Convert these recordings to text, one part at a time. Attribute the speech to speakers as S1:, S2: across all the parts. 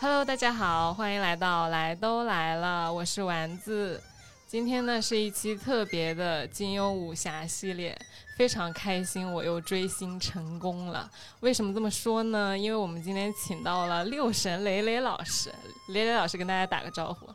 S1: Hello，大家好，欢迎来到来都来了，我是丸子。今天呢是一期特别的金庸武侠系列，非常开心，我又追星成功了。为什么这么说呢？因为我们今天请到了六神磊磊老师，磊磊老师跟大家打个招呼。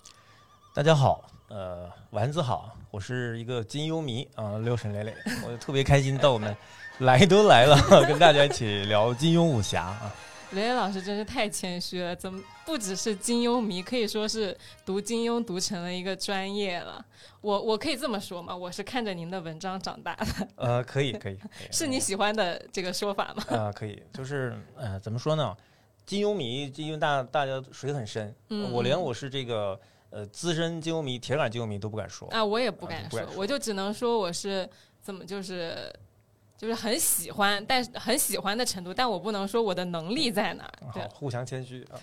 S2: 大家好，呃，丸子好，我是一个金庸迷啊、六神磊磊， 我特别开心到我们来都来了， 跟大家一起聊金庸武侠啊。
S1: 雷雷老师真是太谦虚了，怎么不只是金庸迷，可以说是读金庸读成了一个专业了。我我可以这么说吗？我是看着您的文章长大的，
S2: 呃，可以，可以，可以
S1: 是你喜欢的这个说法吗？
S2: 啊、可以，就是呃，怎么说呢？金庸迷，因为大大家水很深，
S1: 嗯
S2: 我连我是这个呃资深金庸迷、铁杆金庸迷都不敢说。
S1: 啊，我也不
S2: 啊
S1: 敢
S2: 不
S1: 说，
S2: 敢说
S1: 我就只能说我是怎么就是就是很喜欢，但是很喜欢的程度，但我不能说我的能力在哪儿。对
S2: 好，，互相谦虚啊。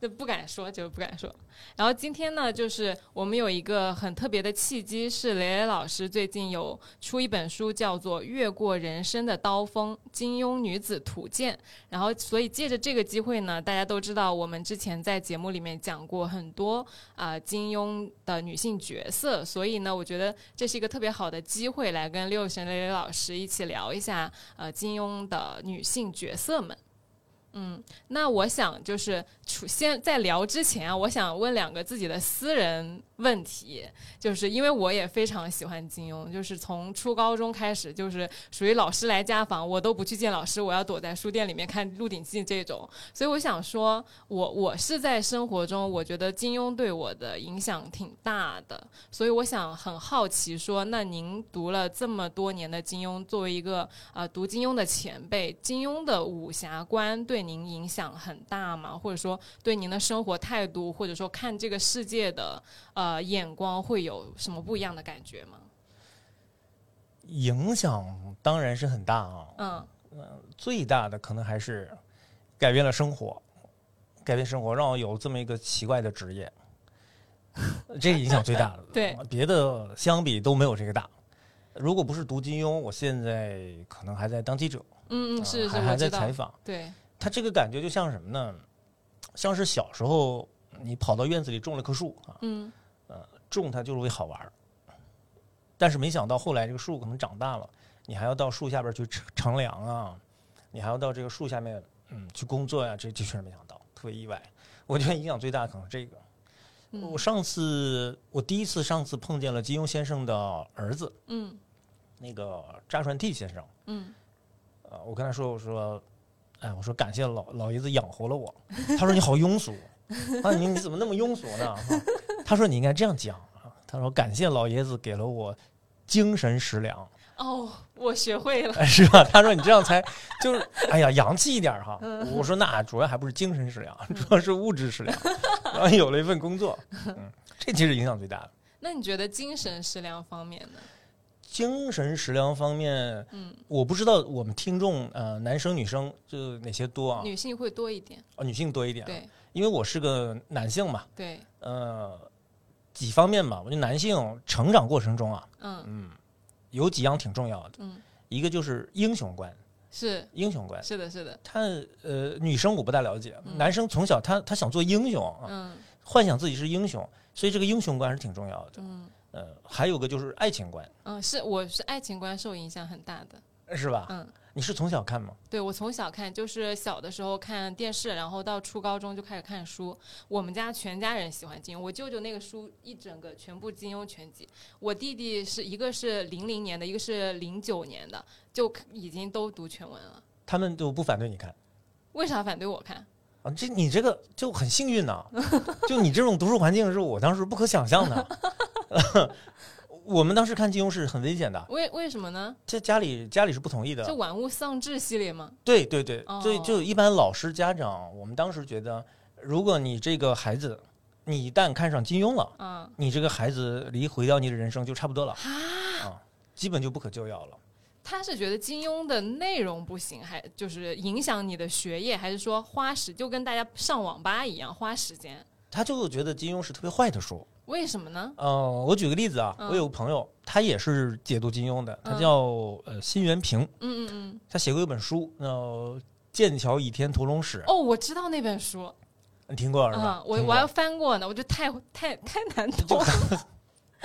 S1: 就不敢说，就不敢说。然后今天呢，就是我们有一个很特别的契机，是雷雷老师最近有出一本书，叫做《越过人生的刀锋：金庸女子图鉴》。然后，所以借着这个机会呢，大家都知道，我们之前在节目里面讲过很多啊、金庸的女性角色，所以呢，我觉得这是一个特别好的机会，来跟六神雷雷老师一起聊一下呃金庸的女性角色们。嗯，那我想就是出先在聊之前啊，我想问两个自己的私人问题，就是因为我也非常喜欢金庸，就是从初高中开始，就是属于老师来家访，我都不去见老师，我要躲在书店里面看《鹿鼎记》这种。所以我想说，我我是在生活中，我觉得金庸对我的影响挺大的，所以我想很好奇说，那您读了这么多年的金庸，作为一个啊，读金庸的前辈，金庸的武侠观对您影响很大吗？或者说对您的生活态度，或者说看这个世界的呃眼光，会有什么不一样的感觉吗？
S2: 影响当然是很大啊，
S1: 嗯。
S2: 最大的可能还是改变了生活，改变生活让我有这么一个奇怪的职业，这个影响最大的
S1: 对，
S2: 别的相比都没有这个大。如果不是读金庸，我现在可能还在当记者，
S1: 嗯
S2: 啊
S1: 嗯，是是，
S2: 还还
S1: 我
S2: 在
S1: 知
S2: 采
S1: 道，
S2: 访。
S1: 对，
S2: 他这个感觉就像什么呢？像是小时候你跑到院子里种了棵树啊，
S1: 嗯
S2: 种它就是为好玩儿，但是没想到后来这个树可能长大了，你还要到树下边儿去乘乘凉啊，你还要到这个树下面嗯去工作呀、这这确实没想到，特别意外。我觉得影响最大可能是这个。
S1: 嗯
S2: 我上次我第一次上次碰见了金庸先生的儿子，
S1: 嗯
S2: 那个扎传替先生，
S1: 嗯，
S2: 呃，我跟他说我说，哎，我说感谢老老爷子养活了我。他说你好庸俗啊，你你怎么那么庸俗呢？啊他说你应该这样讲啊，他说感谢老爷子给了我精神食粮，
S1: 哦，我学会了，
S2: 哎是吧？他说你这样才就是哎呀洋气一点儿哈。我说那主要还不是精神食粮，主要是物质食粮，然后有了一份工作，嗯，这其实影响最大的。
S1: 那你觉得精神食粮方面呢？
S2: 精神食粮方面，
S1: 嗯，
S2: 我不知道我们听众呃男生女生就哪些多啊？
S1: 女性会多一点，
S2: 哦，女性多一点啊，
S1: 对
S2: 因为我是个男性嘛，
S1: 对，
S2: 呃，几方面吧，我觉得男性成长过程中啊，
S1: 嗯
S2: 嗯，有几样挺重要的，
S1: 嗯，
S2: 一个就是英雄观，
S1: 是
S2: 英雄观，
S1: 是的是的，
S2: 他呃，女生我不太了解，
S1: 嗯
S2: 男生从小他他想做英雄啊，
S1: 嗯
S2: 幻想自己是英雄，所以这个英雄观还是挺重要的，
S1: 嗯
S2: 呃，还有个就是爱情观，
S1: 嗯，是我是爱情观受影响很大的，
S2: 是吧？
S1: 嗯。
S2: 你是从小看吗？
S1: 对，我从小看，就是小的时候看电视，然后到初高中就开始看书。我们家全家人喜欢金庸，我舅舅那个书一整个全部金庸全集。我弟弟是一个是零零年的，一个是零九年的，就已经都读全文了。
S2: 他们就不反对你看。
S1: 为啥反对我看？
S2: 啊，这你这个就很幸运呐、就你这种读书环境是我当时不可想象的。 我们当时看金庸是很危险的，
S1: 为为什么呢？
S2: 这家里家里是不同意
S1: 就
S2: 的。
S1: 玩物丧志系列吗？
S2: 对对对，所以
S1: 哦
S2: 就一般老师家长，我们当时觉得，如果你这个孩子，你一旦看上金庸了，
S1: 啊
S2: 你这个孩子离毁掉你的人生就差不多了，
S1: 啊！
S2: 基本就不可救药了。
S1: 他是觉得金庸的内容不行，还就是影响你的学业，还是说花时就跟大家上网吧一样花时间？
S2: 他就觉得金庸是特别坏的书。
S1: 为什么呢？
S2: 嗯，我举个例子啊，
S1: 嗯
S2: 我有个朋友，他也是解读金庸的，他
S1: 嗯
S2: 叫呃辛元平。
S1: 嗯嗯嗯。
S2: 他写过一本书，呃，《剑桥倚天屠龙史》
S1: 哦，我知道那本书，
S2: 你听过是吧？
S1: 嗯，我
S2: 听
S1: 我
S2: 过
S1: 还要翻过呢，我觉得太太太难懂 了。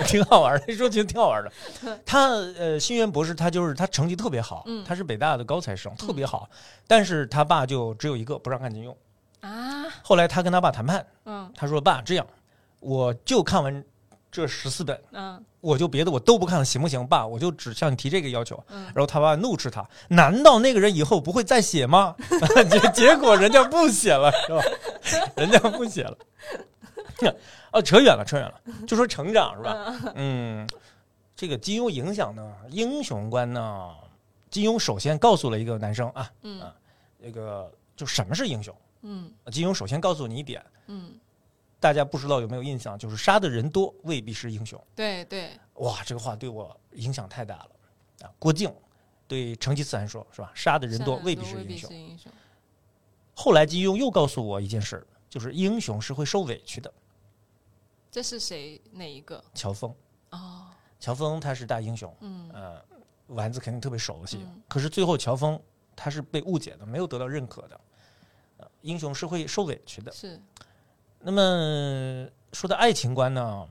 S2: 挺好玩儿的，一说觉得挺好 玩儿的。他呃，新源博士他就是他成绩特别好，
S1: 嗯
S2: 他是北大的高材生，特别好。但是他爸就只有一个，不让看金庸。
S1: 啊，
S2: 后来他跟他爸谈判，
S1: 嗯
S2: 他说：“爸，这样，我就看完这十四本，
S1: 嗯
S2: 我就别的我都不看了，行不行？爸，我就只向你提这个要求。”
S1: 嗯，
S2: 然后他爸怒斥他：“难道那个人以后不会再写吗？” 结结果人家不写了，是吧？人家不写了。哦，扯远了，扯远了，就说成长是吧？嗯，这个金庸影响呢，英雄观呢，金庸首先告诉了一个男生啊，
S1: 嗯
S2: 那个就什么是英雄。
S1: 嗯
S2: 金庸首先告诉你一点，
S1: 嗯，
S2: 大家不知道有没有印象，就是杀的人多未必是英雄。
S1: 对对，
S2: 哇，这个话对我影响太大了啊！郭靖对成吉思汗说：“是吧？杀的人
S1: 善
S2: 多
S1: 良
S2: 未必是
S1: 未
S2: 英
S1: 必
S2: 雄
S1: 是。英雄。”
S2: 后来金庸又告诉我一件事儿，就是英雄是会受委屈的。
S1: 这是谁哪一个？
S2: 乔峰，
S1: 哦，
S2: 乔峰他是大英雄，
S1: 嗯
S2: 呃，丸子肯定特别熟悉。
S1: 嗯
S2: 可是最后乔峰他是被误解的，没有得到认可的。呃英雄是会受委屈的。
S1: 是，
S2: 那么说到爱情观呢，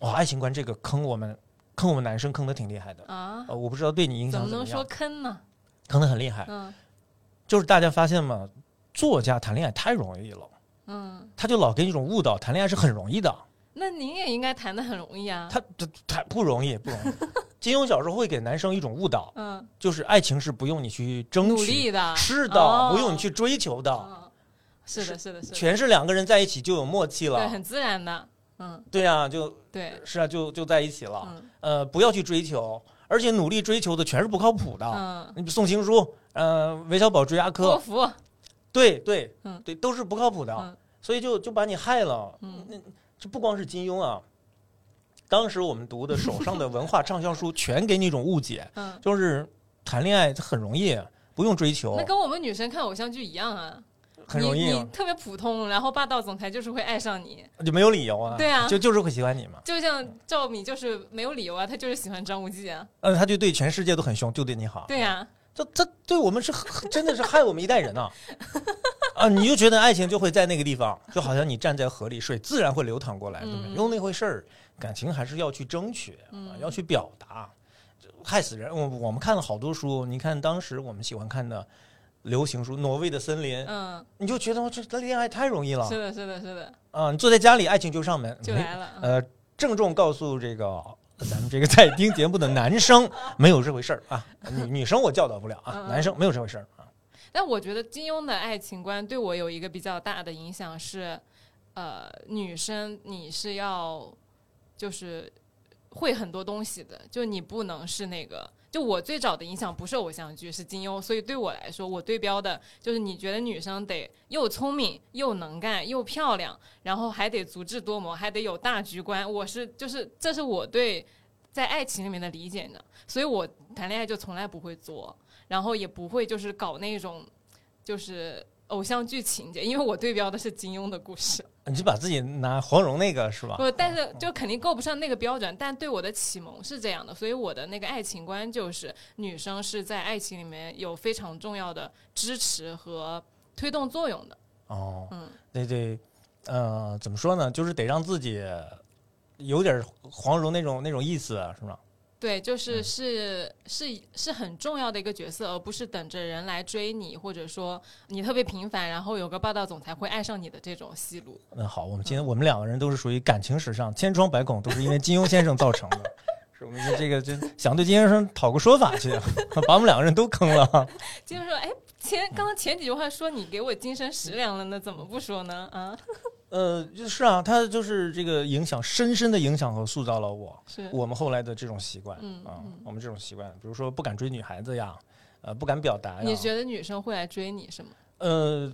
S2: 哇，爱情观这个坑我们坑我们男生坑的挺厉害的。
S1: 啊，
S2: 呃，我不知道对你影
S1: 怎
S2: 响
S1: 么
S2: 怎么
S1: 能说
S2: 样，
S1: 坑呢？
S2: 坑的很厉害。
S1: 嗯
S2: 就是大家发现嘛，作家谈恋爱太容易了，
S1: 嗯，
S2: 他就老给你一种误导，谈恋爱是很容易的，
S1: 那您也应该谈的很容易啊。
S2: 他他他不容易，不容 易。金庸小时候会给男生一种误导，
S1: 嗯，
S2: 就是爱情是不用你去争
S1: 努
S2: 取，
S1: 力的，
S2: 是的，
S1: 哦
S2: 不用你去追求的，
S1: 嗯，是的，是的，是的，
S2: 全是两个人在一起就有默契
S1: 对，
S2: 了，
S1: 很自然的。嗯，
S2: 对啊，就
S1: 对，
S2: 是啊，就就在一起了。
S1: 嗯
S2: 呃，不要去追求，而且努力追求的全是不靠谱的。
S1: 嗯，
S2: 你宋情书，呃，韦小宝追阿
S1: 托
S2: 珂，
S1: 福，
S2: 对对
S1: 嗯
S2: 对，都是不靠谱的。
S1: 嗯
S2: 所以就就把你害了。
S1: 嗯
S2: 那这不光是金庸啊，当时我们读的手上的文化畅销 书，全给你一种误解，
S1: 嗯，
S2: 就是谈恋爱很容易，不用追求
S1: 那，跟我们女生看偶像剧一样啊，
S2: 很容易哦
S1: 你，你特别普通，然后霸道总裁就是会爱上你，
S2: 就没有理由啊。
S1: 对啊
S2: 就就是会喜欢你嘛。
S1: 就像赵敏就是没有理由啊，她就是喜欢张无忌啊，
S2: 嗯，他就对全世界都很凶，就对你好。
S1: 对呀、
S2: 这这对我们是真的是害我们一代人啊！啊，你就觉得爱情就会在那个地方，就好像你站在河里，水自然会流淌过来，对不对？
S1: 嗯
S2: 没有那回事儿，感情还是要去争取，啊、要去表达，这害死人！我我们看了好多书，你看当时我们喜欢看的流行书《挪威的森林》，你就觉得这这恋爱太容易了
S1: 嗯，是的，是的，是的，
S2: 啊！你坐在家里，爱情就上门，
S1: 就
S2: 没
S1: 来了，嗯
S2: 呃，郑重告诉这个咱们这个在听节目的男生，没有这回事儿啊，女女生我教导不了啊
S1: 嗯嗯，嗯
S2: 男生没有这回事儿啊。
S1: 但我觉得金庸的爱情观对我有一个比较大的影响是，呃，女生你是要就是会很多东西的，就你不能是那个。就我最早的影响不是偶像剧，是金庸，所以对我来说，我对标的就是你觉得女生得又聪明又能干又漂亮，然后还得足智多谋，还得有大局观。我是就是这是我对在爱情里面的理解呢，所以我谈恋爱就从来不会作，然后也不会就是搞那种就是偶像剧情节，因为我对标的是金庸的故事，
S2: 你就把自己拿黄蓉那个是吧？
S1: 不，但是就肯定够不上那个标准，但对我的启蒙是这样的，所以我的那个爱情观就是女生是在爱情里面有非常重要的支持和推动作用的，
S2: 哦，
S1: 嗯
S2: 对对，呃，怎么说呢？就是得让自己有点黄蓉那种那种意思，啊是吧？
S1: 对，就是是是是很重要的一个角色，而不是等着人来追你，或者说你特别平凡，然后有个霸道总裁会爱上你的这种戏路。
S2: 那好，我们
S1: 嗯
S2: 今天我们两个人都是属于感情史上千疮百孔，都是因为金庸先生造成 的。是我们这个这想对金先生讨个说法去，把我们两个人都坑了。
S1: 金生说：“哎，前刚刚前几句话说你给我精神食粮了，那怎么不说呢？啊，
S2: 呃，就是啊，他就是这个影响，深深的影响和塑造了我。
S1: 是，
S2: 我们后来的这种习惯，
S1: 嗯
S2: 啊
S1: 嗯，
S2: 我们这种习惯，比如说不敢追女孩子呀，呃，不敢表达呀，
S1: 你觉得女生会来追你是吗？
S2: 呃，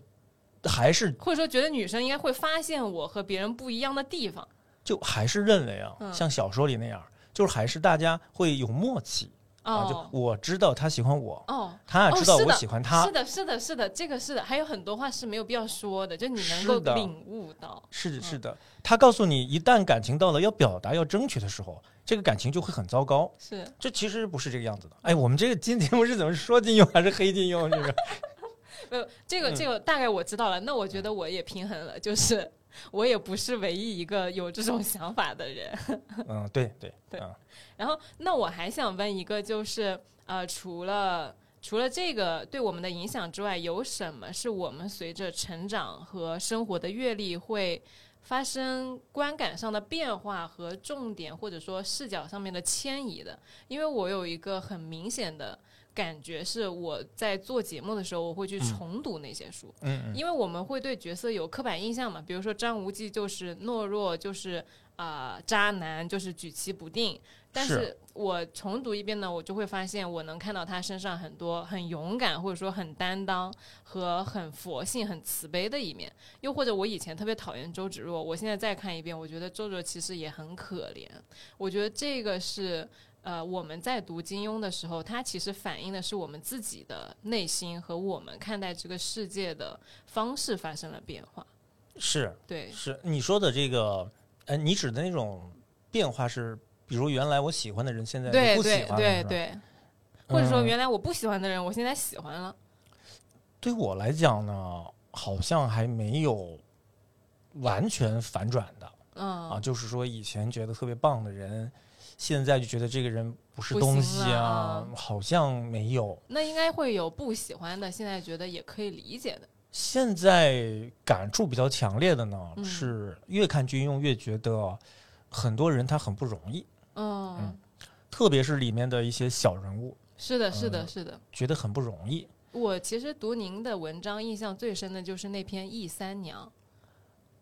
S2: 还是
S1: 或者说觉得女生应该会发现我和别人不一样的地方？
S2: 就还是认为啊，
S1: 嗯
S2: 像小说里那样，就是还是大家会有默契、啊，就
S1: 哦
S2: 我知道他喜欢我，
S1: 哦，
S2: 他也知道
S1: 哦是
S2: 我
S1: 的
S2: 喜欢他，
S1: 是的，是的，是的，这个是的，还有很多话是没有必要说的，就你能
S2: 是
S1: 够
S2: 的
S1: 领悟到。”
S2: 是的，
S1: 嗯
S2: 是的，他告诉你，一旦感情到了要表达、要争取的时候，这个感情就会很糟糕。
S1: 是
S2: 这其实不是这个样子的。哎，我们这个今天节目是怎么说金庸还是黑金庸？这个
S1: 呃，这个
S2: 嗯
S1: 这个大概我知道了。那我觉得我也平衡了，就是我也不是唯一一个有这种想法的人。
S2: 嗯，对对
S1: 对
S2: 啊，
S1: 然后，那我还想问一个，就是呃，除了除了这个对我们的影响之外，有什么是我们随着成长和生活的阅历会发生观感上的变化和重点或者说视角上面的迁移的？因为我有一个很明显的感觉，是我在做节目的时候，我会去重读那些书。
S2: 嗯嗯
S1: 因为我们会对角色有刻板印象嘛，比如说张无忌就是懦弱，就是啊、呃渣男，就是举棋不定。但
S2: 是
S1: 是我重读一遍呢，我就会发现我能看到他身上很多很勇敢，或者说很担当和很佛性、很慈悲的一面。又或者我以前特别讨厌周芷若，我现在再看一遍，我觉得周芷若其实也很可怜。我觉得这个是。呃，我们在读金庸的时候，它其实反映的是我们自己的内心和我们看待这个世界的方式发生了变化。
S2: 是
S1: 对，
S2: 是你说的这个，呃，你指的那种变化是，比如原来我喜欢的人，现在就
S1: 对
S2: 不喜
S1: 对
S2: 欢了，
S1: 对
S2: 是吧，
S1: 对，或者说
S2: 嗯
S1: 原来我不喜欢的人，我现在喜欢了。
S2: 对我来讲呢，好像还没有完全反转的
S1: 嗯，
S2: 啊，就是说以前觉得特别棒的人，现在就觉得这个人不是
S1: 不
S2: 东
S1: 行
S2: 西
S1: 了
S2: 啊
S1: 啊，
S2: 好像没有。
S1: 那应该会有不喜欢的，现在觉得也可以理解的。
S2: 现在感触比较强烈的呢，
S1: 嗯
S2: 是越看军用越觉得很多人他很不容易，
S1: 嗯，
S2: 嗯特别是里面的一些小人物，
S1: 是的，是的，
S2: 嗯
S1: 是的。
S2: 觉得很不容易。
S1: 我其实读您的文章，印象最深的就是那篇《忆三娘》。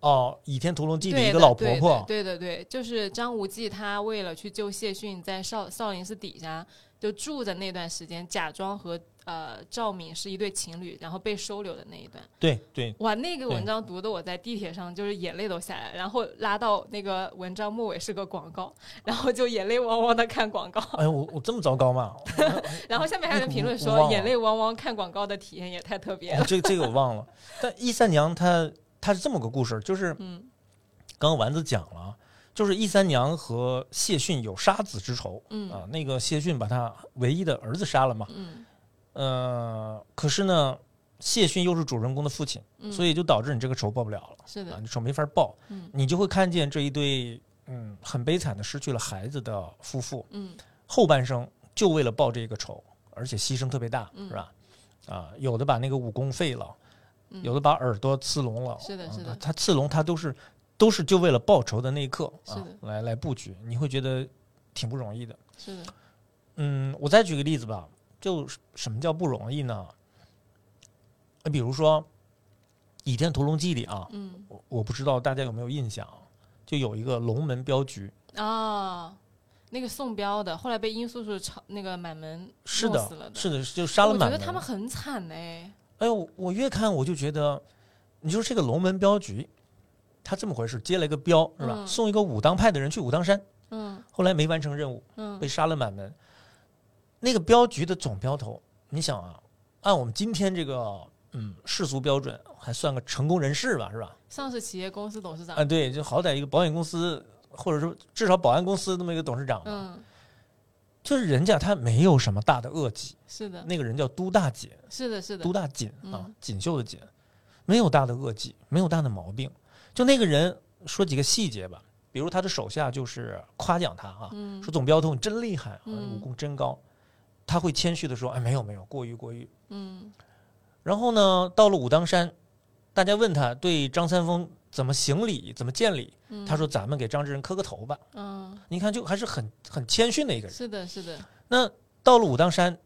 S2: 哦，《倚天屠龙记》里
S1: 对
S2: 一个
S1: 的
S2: 老婆婆，
S1: 对的对的对，就是张无忌他为了去救谢逊，在少少林寺底下就住的那段时间，假装和呃赵敏是一对情侣，然后被收留的那一段。
S2: 对对
S1: 哇，那个
S2: 对
S1: 文章读的我在地铁上就是眼泪都下来，然后拉到那个文章末尾是个广告，然后就眼泪汪汪的看广告，
S2: 哎，我我这么糟 糕吗？
S1: 然后下面还有人评论
S2: 我忘
S1: 说
S2: 了
S1: 眼泪汪汪看广告的体验也太特别
S2: 哦
S1: 了。
S2: 这个这个我忘了。但易三娘她她是这么个故事，就是
S1: 嗯
S2: 刚刚丸子讲了，就是易三娘和谢逊有杀子之仇啊、
S1: 嗯
S2: 那个谢逊把她唯一的儿子杀了嘛，
S1: 嗯
S2: 呃，可是呢，谢逊又是主人公的父亲，
S1: 嗯，
S2: 所
S1: 以
S2: 以就导致你这个仇报不了了
S1: 是
S2: 啊，
S1: 的，
S2: 你仇没法报，
S1: 嗯
S2: 你就会看见这一对嗯很悲惨的失去了孩子的夫妇，
S1: 嗯
S2: 后半生就为了报这个仇，而且牺牲特别大，
S1: 嗯
S2: 是吧？啊，有的把那个武功废了，
S1: 嗯，
S2: 有的把耳朵刺聋了，
S1: 是的
S2: 啊
S1: 是的
S2: 他他刺聋，他都是都是就为了报仇的那一刻
S1: 是
S2: 啊
S1: 的，
S2: 来来布局，你会觉得挺不容易的。
S1: 是的，
S2: 嗯，我再举个例子吧，就是什么叫不容易呢？呃比如说《倚天屠龙记》里啊，
S1: 嗯
S2: 我我不知道大家有没有印象，就有一个龙门镖局，
S1: 啊。那个宋彪的，后来被殷素素炒那个满门
S2: 是
S1: 弄死
S2: 的
S1: 了，哎
S2: 是的，就杀了满
S1: 我觉
S2: 门。
S1: 得他们很惨哎，
S2: 哎呦，我越看我就觉得，你说这个龙门镖局，他这么回事，接了一个镖是吧？
S1: 嗯
S2: 送一个武当派的人去武当山，
S1: 嗯
S2: 后来没完成任务，
S1: 嗯
S2: 被杀了满门。那个镖局的总镖头，你想啊，按我们今天这个嗯世俗标准，还算个成功人士吧，是吧？
S1: 上市企业公司董事长
S2: 啊，，对，就好歹一个保险公司，或者说至少保安公司那么一个董事长嘛，
S1: 嗯，
S2: 就是人家他没有什么大的恶疾。
S1: 是的，
S2: 那个人叫都大姐，
S1: 是的，是的
S2: 都，大锦啊
S1: 嗯，
S2: 锦绣的锦，没有大的恶疾，没有大的毛病。就那个人说几个细节吧，比如他的手下就是夸奖他啊，
S1: 嗯
S2: 说总镖头你真厉害，啊
S1: 嗯
S2: 武功真高。他会谦虚的说，哎，没有没有，过誉过誉。
S1: 嗯
S2: 然后呢，到了武当山，大家问他对张三丰怎么行礼，怎么见礼，
S1: 嗯，
S2: 他说咱们给张之人磕个头吧。
S1: 嗯，
S2: 你看，就还是很很谦逊的一个人。
S1: 是的，是的，
S2: 那到了武当山，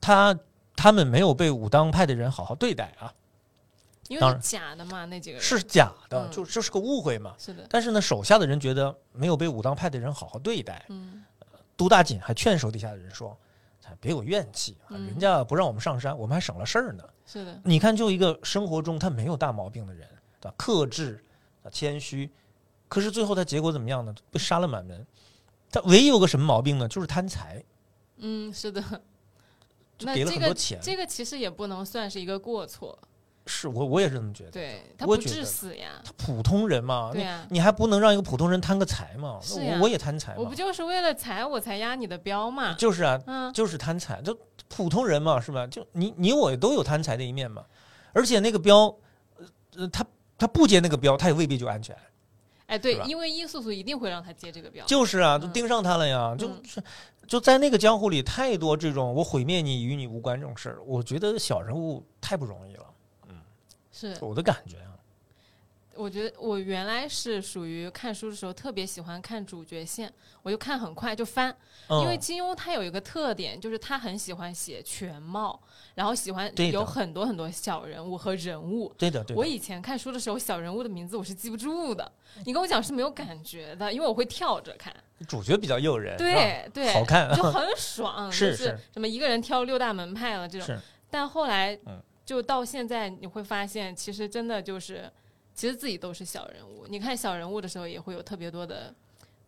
S2: 他他们没有被武当派的人好好对待啊，
S1: 因
S2: 当
S1: 为
S2: 然
S1: 是假的嘛，那几个人
S2: 是假的，
S1: 嗯
S2: 就这是个误会嘛。
S1: 是的，
S2: 但是呢，手下的人觉得没有被武当派的人好好对待，
S1: 嗯
S2: 都大锦还劝手底下的人说：“哎，别有怨气啊，
S1: 嗯
S2: 人家不让我们上山，我们还省了事儿呢。
S1: 是的”，
S2: 你看，就一个生活中他没有大毛病的人，对吧？克制啊，谦虚，可是最后他结果怎么样呢？被杀了满门。他唯一有个什么毛病呢？就是贪财，
S1: 嗯是的，
S2: 就
S1: 那
S2: 给了
S1: 这
S2: 很
S1: 个
S2: 多钱。
S1: 这个其实也不能算是一个过错，
S2: 是我我也是这么觉得。
S1: 对他
S2: 我
S1: 不
S2: 觉
S1: 致
S2: 得
S1: 死呀，
S2: 他普通人嘛，
S1: 对呀
S2: 你你还不能让一个普通人贪个财嘛？
S1: 是
S2: 那
S1: 呀
S2: 我我也贪财
S1: 我
S2: 嘛
S1: 不，就是为了财我才压你的标嘛，
S2: 就是啊，
S1: 嗯
S2: 就是贪财，就普通人嘛，是吧？就你你我都有贪财的一面嘛。而且那个标，呃，他他不接那个标，他也未必就安全。
S1: 哎，对
S2: 是吧，啊
S1: 因为殷素素一定会让他接这个标，
S2: 就是啊，
S1: 嗯
S2: 都盯上他了呀，就
S1: 嗯
S2: 是就在那个江湖里，太多这种我毁灭你与你无关这种事儿，我觉得小人物太不容易了，
S1: 是
S2: 我的感觉啊，
S1: 我觉得我原来是属于看书的时候特别喜欢看主角线，我就看很快就翻，
S2: 嗯、
S1: 因为金庸他有一个特点，就是他很喜欢写全貌，然后喜欢
S2: 对的
S1: 有很多很多小人物和人物。
S2: 对的对
S1: 我
S2: 的，
S1: 以前看书的时候，小人物的名字我是记不住的，你跟我讲是没有感觉的，因为我会跳着看，
S2: 主角比较诱人，是吧，
S1: 对对，
S2: 哎好看啊
S1: 就很爽，
S2: 是
S1: 就是什么一个人挑六大门派了这种。
S2: 是
S1: 但后来
S2: 嗯，
S1: 就到现在你会发现，其实真的就是，其实自己都是小人物。你看小人物的时候，也会有特别多的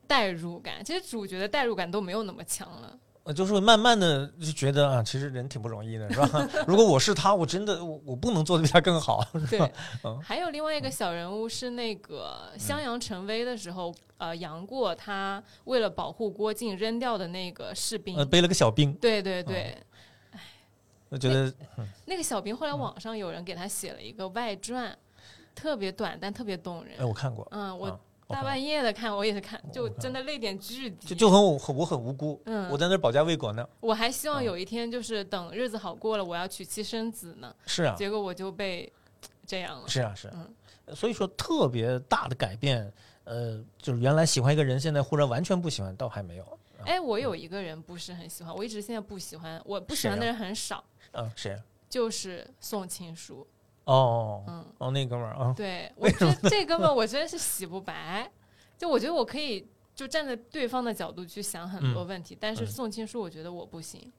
S1: 代入感。其实主角的代入感都没有那么强了。
S2: 呃就是会慢慢的就觉得啊，其实人挺不容易的，是吧？ 如果我是他，我真的我我不能做的比他更好，是吧
S1: 对
S2: 嗯，
S1: 还有另外一个小人物是那个襄阳陈威的时候，呃，杨过他为了保护郭靖扔掉的那个士兵
S2: 呃，，嗯背了个小兵，
S1: 对对对，
S2: 我觉得
S1: 那个小兵后来
S2: 嗯
S1: 网上有人给他写了一个外传，特别短但特别动人
S2: 哎，。我看过，
S1: 嗯，我
S2: 啊我
S1: 大
S2: 看过
S1: 半夜的看，我也是看，就
S2: 我看
S1: 真的泪点巨低。
S2: 就就很我很我很无辜，
S1: 嗯
S2: 我在那儿保家卫国呢，
S1: 我还希望
S2: 嗯
S1: 有一天就是等日子好过了，我要娶妻生子呢，
S2: 是啊，
S1: 结果我就被这样了。
S2: 是啊，是啊
S1: 嗯
S2: 所以说特别大的改变，呃，就是原来喜欢一个人，现在忽然完全不喜欢，倒还没有。
S1: 哎，我
S2: 嗯
S1: 有一个人不是很喜欢，我一直现在不喜欢，我不喜欢
S2: 谁啊
S1: 的人很少，
S2: 啊，谁？
S1: 就是宋琴书。
S2: 哦，
S1: 嗯，
S2: 哦，那哥们儿啊，
S1: 对，我觉得这哥们儿我真是洗不白。就我觉得我可以就站在对方的角度去想很多问题，但是
S2: 嗯
S1: 宋庆书我觉得我不行。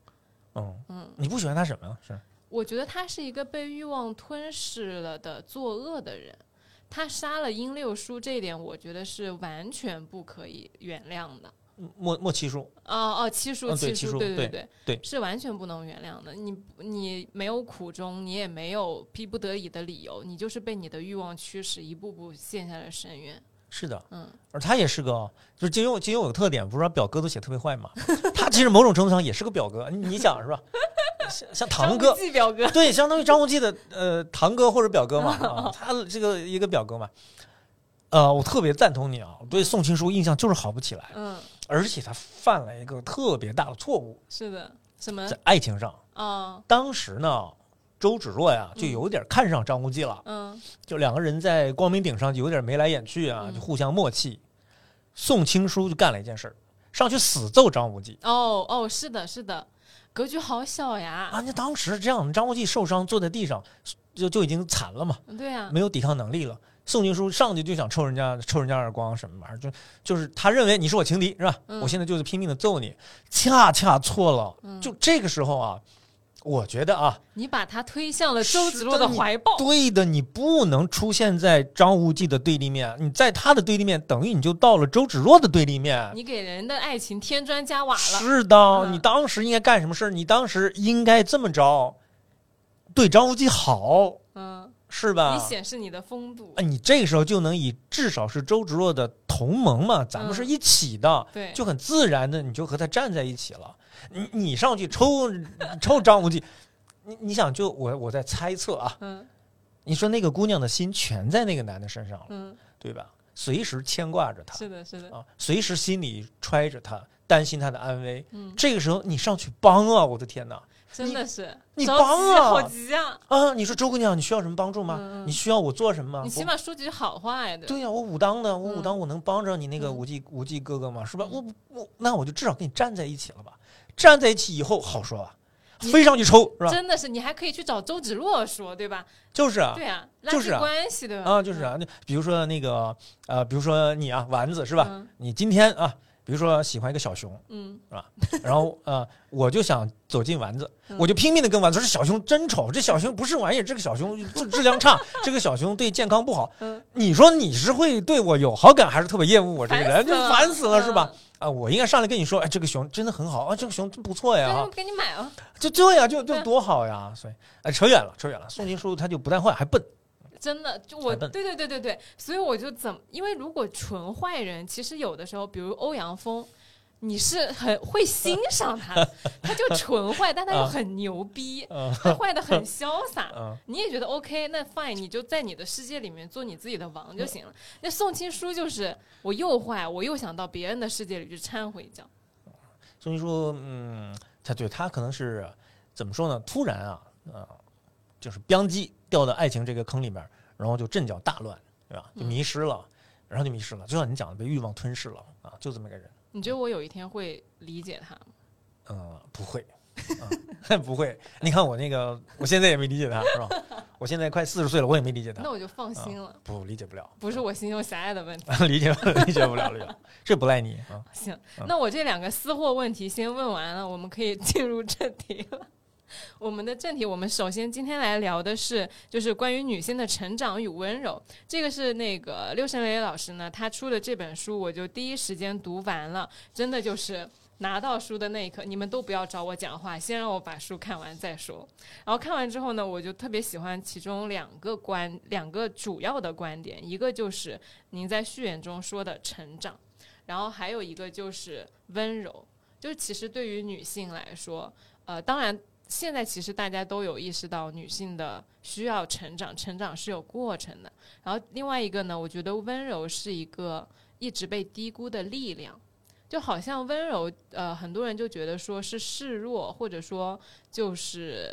S2: 嗯，
S1: 嗯，
S2: 你不喜欢他什么呀？啊是，
S1: 我觉得他是一个被欲望吞噬了的作恶的人。他杀了殷六叔这一点，我觉得是完全不可以原谅的。
S2: 莫莫七叔，
S1: 哦哦，七叔，
S2: 嗯对七
S1: 叔，
S2: 叔
S1: 对
S2: 对
S1: 对
S2: 对
S1: 是完全不能原谅的。你你没有苦衷，你也没有逼不得已的理由，你就是被你的欲望驱使，一步步陷下了深渊。
S2: 是的，
S1: 嗯，
S2: 而他也是个，哦就是金庸，金庸有个特点，不是说表哥都写特别坏嘛，他其实某种程度上也是个表哥，你你想是吧？像像堂哥
S1: 张无，忌表哥，
S2: 对，相当于张无忌的呃堂哥或者表哥嘛，啊、他这个一个表哥嘛。呃，我特别赞同你啊，我对宋青书印象就是好不起来。
S1: 嗯，
S2: 而且他犯了一个特别大的错误，
S1: 是的，什么
S2: 在爱情上。
S1: 啊？
S2: 当时呢，周芷若呀就有点看上张无忌了，
S1: 嗯，
S2: 就两个人在光明顶上就有点眉来眼去啊，
S1: 嗯
S2: 就互相默契。宋青书就干了一件事儿，上去死揍张无忌
S1: 哦哦，是的，是的，格局好小呀。
S2: 啊！那当时这样，张无忌受伤坐在地上，就就已经惨了嘛，
S1: 对啊，
S2: 没有抵抗能力了。宋青书上去就想抽人家抽人家耳光什么玩意儿，就就是他认为你是我情敌是吧？
S1: 嗯
S2: 我现在就是拼命的揍你，恰恰错了。
S1: 嗯
S2: 就这个时候啊，我觉得啊，
S1: 你把他推向了周
S2: 是
S1: 芷若
S2: 的
S1: 的
S2: 你
S1: 怀抱。
S2: 对的，你不能出现在张无忌的对立面，你在他的对立面，等于你就到了周芷若的对立面。
S1: 你给人的爱情添砖加瓦了。
S2: 是的，
S1: 嗯
S2: 你当时应该干什么事儿？你当时应该这么着，对张无忌好，
S1: 嗯，
S2: 是
S1: 你
S2: 吧？
S1: 显示你的风度
S2: 啊，。你这个时候就能以至少是周芷若的同盟嘛，咱
S1: 嗯
S2: 们是一起的，
S1: 对，
S2: 就很自然的你就和他站在一起了。你你上去抽抽张无忌，你你想就我我在猜测啊，
S1: 嗯
S2: 你说那个姑娘的心全在那个男的身上了，
S1: 嗯，
S2: 对吧？随时牵挂着他
S1: 是的，是的，
S2: 啊，随时心里揣着他，担心他的安危。
S1: 嗯，
S2: 这个时候你上去帮啊，我的天哪！
S1: 真的是
S2: 你
S1: 着
S2: 帮
S1: 急
S2: 啊
S1: 好急啊！
S2: 啊，你说周姑娘，你需要什么帮助吗？
S1: 嗯嗯
S2: 你需要我做什么吗？
S1: 你起
S2: 我
S1: 码说句好话呀，对吧
S2: 对呀、我武当的，我
S1: 嗯
S2: 武当我能帮着你那个
S1: 嗯
S2: 武技武技哥哥吗？是吧？
S1: 嗯
S2: 我我那我就至少跟你站在一起了吧？站在一起以后好说啊吧，
S1: 你
S2: 飞上去抽是吧？
S1: 真的是，你还可以去找周芷若说，对吧？
S2: 就是啊，
S1: 对嗯啊，拉
S2: 就是
S1: 近
S2: 啊
S1: 关系，对吧？
S2: 啊就是啊，那比如说那个呃，比如说你啊，丸子是
S1: 是
S2: 吧？？你今天啊，比如说喜欢一个小熊，
S1: 嗯，
S2: 然后呃，我就想走进丸子，
S1: 嗯
S2: 我就拼命的跟丸子说：“这小熊真丑，这小熊不是玩意儿，这个小熊质质量差，这个小熊对健康不好。
S1: 嗯”
S2: 你说你是会对我有好感，还是特别厌恶我这个
S1: 烦死
S2: 人？就
S1: 了
S2: 烦死了是吧
S1: 嗯？
S2: 啊，我应该上来跟你说，哎，这个熊真的很好啊，这个熊真不错
S1: 那
S2: 呀
S1: 就，给你嗯买啊，
S2: 就这样就就
S1: 对
S2: 多好呀。所以，哎，扯远了，扯远了。宋金书他就不但坏，还笨，
S1: 真的，就我，
S2: 还笨
S1: 对对对对对，所以我就怎么，因为如果纯坏人，其实有的时候，比如欧阳锋。你是很会欣赏他，他就纯坏，但他
S2: 啊
S1: 又很牛逼，
S2: 嗯
S1: 他坏的很潇洒。
S2: 嗯，
S1: 你也觉得 OK，那 fine，你就在你的世界里面做你自己的王就行了。那宋青书就是我又坏，我又想到别人的世界里去掺和一脚。
S2: 宋一书，嗯，他对他可能是怎么说呢？突然啊，呃，就是吧唧掉到爱情这个坑里面，然后就阵脚大乱，对吧？
S1: 嗯
S2: 就迷失了，然后就迷失了，就像你讲的，被欲望吞噬了啊，就这么个人。
S1: 你觉得我有一天会理解他吗？
S2: 嗯，不会，啊 不会。你看我那个，我现在也没理解他，是吧？我现在快四十岁了，我也没理解他
S1: 那，我就放心了，
S2: 不理解不了，
S1: 不是我心胸狭隘的问题。
S2: 理解理解不了，理解不了这不赖你啊。
S1: 行
S2: 嗯，
S1: 那我这两个私货问题先问完了，我们可以进入正题了。我们的正题，我们首先今天来聊的是，就是关于女性的成长与温柔。这个是那个六神磊老师呢，他出的这本书，我就第一时间读完了，真的就是。拿到书的那一刻，你们都不要找我讲话，先让我把书看完再说。然后看完之后呢，我就特别喜欢其中两个观，两个主要的观点，一个就是您在序言中说的成长。然后还有一个就是温柔，就是其实对于女性来说，呃，当然现在其实大家都有意识到女性的需要成长，成长是有过程的。然后另外一个呢，我觉得温柔是一个一直被低估的力量，就好像温柔，呃，很多人就觉得说是示弱，或者说就是。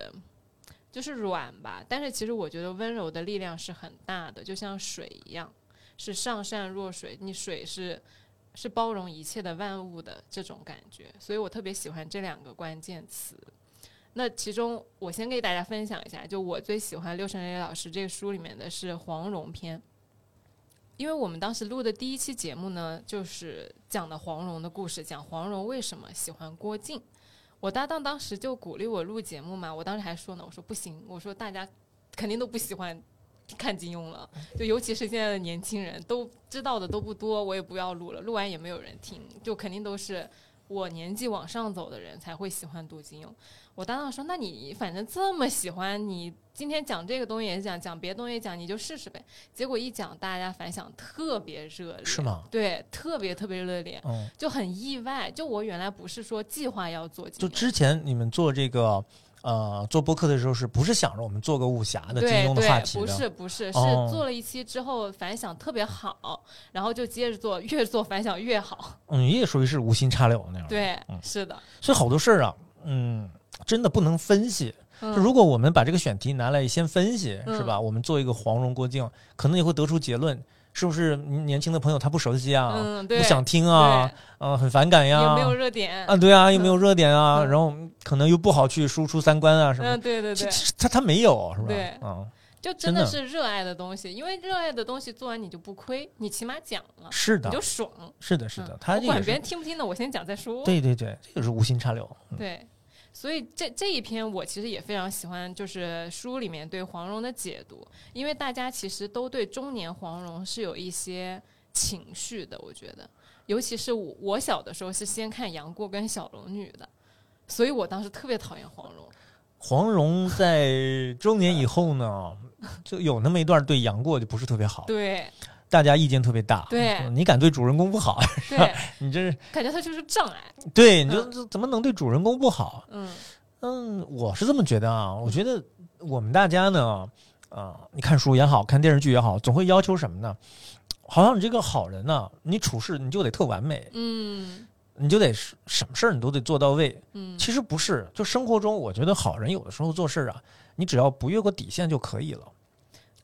S1: 就是软吧，但是其实我觉得温柔的力量是很大的，就像水一样，是上善若水。你水是是包容一切的万物的这种感觉，所以我特别喜欢这两个关键词。那其中，我先给大家分享一下，就我最喜欢六神磊老师这个书里面的是黄蓉篇，因为我们当时录的第一期节目呢，就是讲的黄蓉的故事，讲黄蓉为什么喜欢郭靖。我搭档当时就鼓励我录节目嘛，我当时还说呢，我说不行，我说大家肯定都不喜欢看金庸了，就尤其是现在的年轻人都知道的都不多，我也不要录了，录完也没有人听，就肯定都是我年纪往上走的人才会喜欢读金庸。我搭档说：“那你反正这么喜欢，你今天讲这个东西也讲，讲别的东西也讲，你就试试呗。”结果一讲，大家反响特别热烈，
S2: 是吗？
S1: 对，特别特别热烈，
S2: 嗯，
S1: 就很意外。就我原来不是说计划要做金
S2: 就
S1: 庸，
S2: 之前你们做这个呃做播客的时候，是不是想着我们做个武侠的金
S1: 对
S2: 庸的
S1: 对
S2: 话，题
S1: 不
S2: 的？
S1: 是不是，是
S2: 哦
S1: 做了一期之后反响特别好，然后就接着做，越做反响越好。
S2: 嗯，也属于是无心插柳那样。，
S1: 对，
S2: 嗯
S1: 是的。
S2: 所以好多事儿啊，嗯，真的不能分析。
S1: 嗯
S2: 就如果我们把这个选题拿来先分析，是吧？我们做一个黄蓉郭靖，可能也会得出结论，是不是年轻的朋友他不熟悉啊，
S1: 嗯，对，
S2: 不想听啊，嗯、很反感
S1: 对，
S2: 呀
S1: 也，没有热点，
S2: 啊，对啊，又没有热点啊，
S1: 嗯
S2: 然后可能又不好去输出三观啊什么
S1: 嗯，
S2: 的。
S1: 对对对
S2: 其，其实他他没有，是吧？
S1: 对啊
S2: 嗯，
S1: 就真
S2: 真
S1: 的
S2: 的
S1: 是热爱的东西，因为热爱的东西做完你就不亏，你起码讲了，
S2: 是
S1: 你
S2: 的
S1: 就，爽。
S2: 是的，是的，
S1: 嗯
S2: 他
S1: 我
S2: 这
S1: 管
S2: 个
S1: 别
S2: 是
S1: 人，听不听的，我先讲再说。
S2: 对对对，这个是无心插柳。嗯
S1: 对，所以这这一篇我其实也非常喜欢，就是书里面对黄蓉的解读，因为大家其实都对中年黄蓉是有一些情绪的，我觉得，尤其是我我小的时候是先看杨过跟小龙女的，所以我当时特别讨厌黄蓉。
S2: 黄蓉在中年以后呢，就有那么一段对杨过就不是特别好，
S1: 对
S2: 大家意见特别大。
S1: 对
S2: 嗯你敢对主人公不好，
S1: 对，
S2: 你这是
S1: 感觉她就是障碍。
S2: 对，你就怎么能对主人公不好？
S1: 嗯
S2: 嗯，我是这么觉得啊，我觉得我们大家呢，啊、你看书也好看电视剧也好，总会要求什么呢？好像你这个好人呢、你处事你就得特完美，
S1: 嗯
S2: 你就得是什么事儿你都得做到位。
S1: 嗯
S2: 其实不是，就生活中，我觉得好人有的时候做事儿啊，你只要不越过底线就可以了。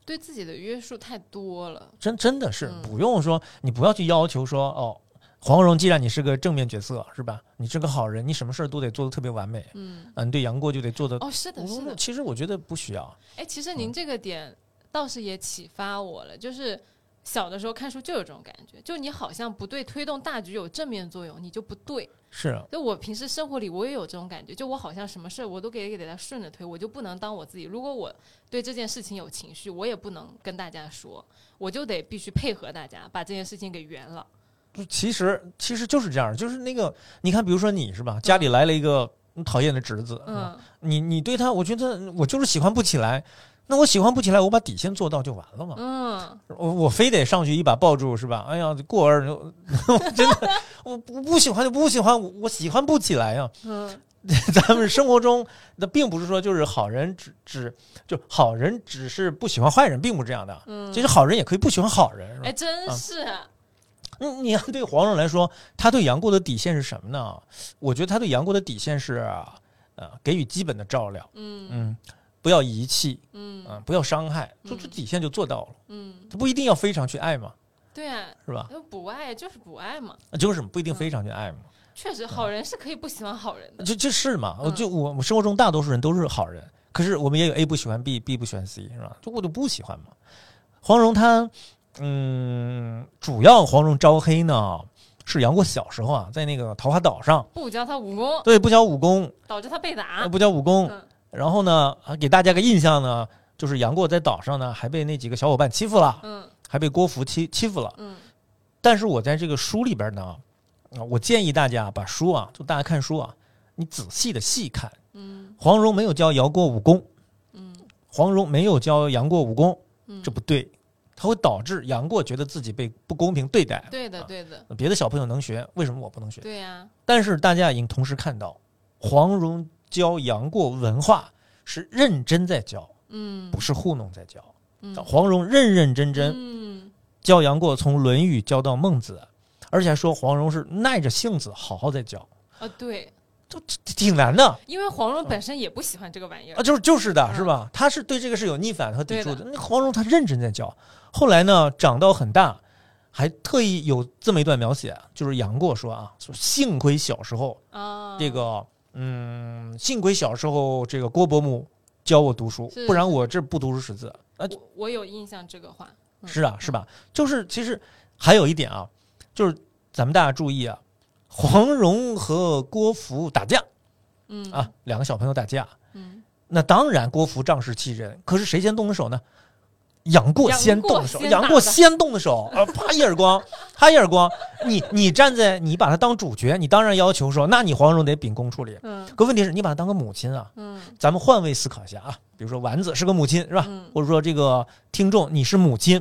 S1: 对自己的约束太多了。
S2: 真真的是
S1: 嗯
S2: 不用说，你不要去要求说哦，黄蓉，既然你是个正面角色，是吧？你是个好人，你什么事儿都得做得特别完美。
S1: 嗯，
S2: 嗯，对杨过就得做的。
S1: 哦，是的，是的。
S2: 其实我觉得不需要。
S1: 哎，其实您这个点倒是也启发我了，就是小的时候看书就有这种感觉，就你好像不对推动大局有正面作用，你就不对。
S2: 是啊
S1: 就我平时生活里我也有这种感觉，就我好像什么事儿我都给给它顺着推，我就不能当我自己。如果我对这件事情有情绪，我也不能跟大家说，我就得必须配合大家把这件事情给圆了。
S2: 就其实其实就是这样，就是那个你看，比如说你是吧，家里来了一个讨厌的侄子，，
S1: 嗯，
S2: 你你对他，我觉得我就是喜欢不起来，那我喜欢不起来，我把底线做到就完了嘛。
S1: 嗯，
S2: 我我非得上去一把抱住是吧？哎呀，过儿 真的，我不不喜欢就不喜欢，我我喜欢不起来呀。
S1: 嗯，
S2: 咱们生活中那并不是说就是好人只只就好人只是不喜欢坏人，并不是这样的。啊
S1: 嗯
S2: 其实好人也可以不喜欢好人，是吧
S1: 哎，？真是，
S2: 你你要对黄蓉来说，他对杨过的底线是什么呢？啊我觉得他对杨过的底线是，呃，给予基本的照料，
S1: 嗯
S2: 嗯，不要遗弃，
S1: 嗯
S2: 嗯、不要伤害，就这
S1: 嗯
S2: 底线就做到了。
S1: 嗯，
S2: 他不一定要非常去爱嘛，
S1: 对啊，
S2: 是吧？
S1: 那不爱就是不爱嘛，
S2: 就是不一定
S1: 嗯
S2: 非常去爱嘛，
S1: 确实好人是可以不喜欢好人的，
S2: 就就是嘛。我
S1: 嗯
S2: 就我我生活中大多数人都是好人，可是我们也有 A 不喜欢 B，B 不喜欢 C，是吧？就我就不喜欢嘛。黄蓉她，嗯，主要黄蓉招黑呢，是杨过小时候啊，在那个桃花岛上，
S1: 不教他武功，
S2: 对，不教武功，
S1: 导致他被
S2: 呃
S1: 打。
S2: 不教武功。
S1: 嗯
S2: 然后呢，啊给大家个印象呢，就是杨过在岛上呢，还被那几个小伙伴欺负了，
S1: 嗯
S2: 还被郭芙欺欺负了。
S1: 嗯
S2: 但是我在这个书里边呢，啊，我建议大家把书啊，就大家看书啊，你仔细的细看。
S1: 嗯
S2: 黄蓉没有教杨过武功，
S1: 嗯
S2: 黄蓉没有教杨过武功，
S1: 嗯，
S2: 这不对，它会导致杨过觉得自己被不公平对待。
S1: 对的
S2: 啊
S1: 对的
S2: 别的小朋友能学，为什么我不能学？
S1: 对呀，
S2: 但是大家已经同时看到，黄蓉教杨过文化是认真在教，
S1: 嗯，
S2: 不是糊弄在教。
S1: 嗯
S2: 黄蓉认认真真
S1: 嗯
S2: 教杨过从《论语》教到《孟子》，而且还说黄蓉是耐着性子好好在教，
S1: 啊对，
S2: 这这这挺难的
S1: 因为黄蓉本身也不喜欢这个玩意儿
S2: 啊，，就是就是的，
S1: 嗯
S2: 是吧？他是对这个是有逆反和抵触
S1: 对
S2: 的。那黄蓉她认真在教，后来呢，长到很大，还特意有这么一段描写，就是杨过说啊，说幸亏小时候
S1: 啊，
S2: 呃这个，嗯，幸亏小时候这个郭伯母教我读书
S1: 是，
S2: 不然我这不读书识字。啊，
S1: 我我有印象这个话，嗯
S2: 是啊，是吧？就是其实还有一点啊，就是咱们大家注意啊，黄蓉和郭芙打架
S1: 嗯
S2: 啊，两个小朋友打架，
S1: 嗯，
S2: 那当然郭芙仗势欺人，可是谁先动的手呢？杨过
S1: 杨
S2: 先
S1: 过
S2: 动的手，
S1: 先
S2: 杨
S1: 打
S2: 过
S1: 的
S2: 先动的手，啊，啪一耳光，啪一耳光。你你站在你把他当主角，你当然要求说，那你黄蓉得秉公处理。
S1: 嗯
S2: 可问题是你把他当个母亲啊，
S1: 嗯
S2: 咱们换位思考一下啊，比如说丸子是个母亲是吧？
S1: 嗯
S2: 或者说这个听众你是母亲，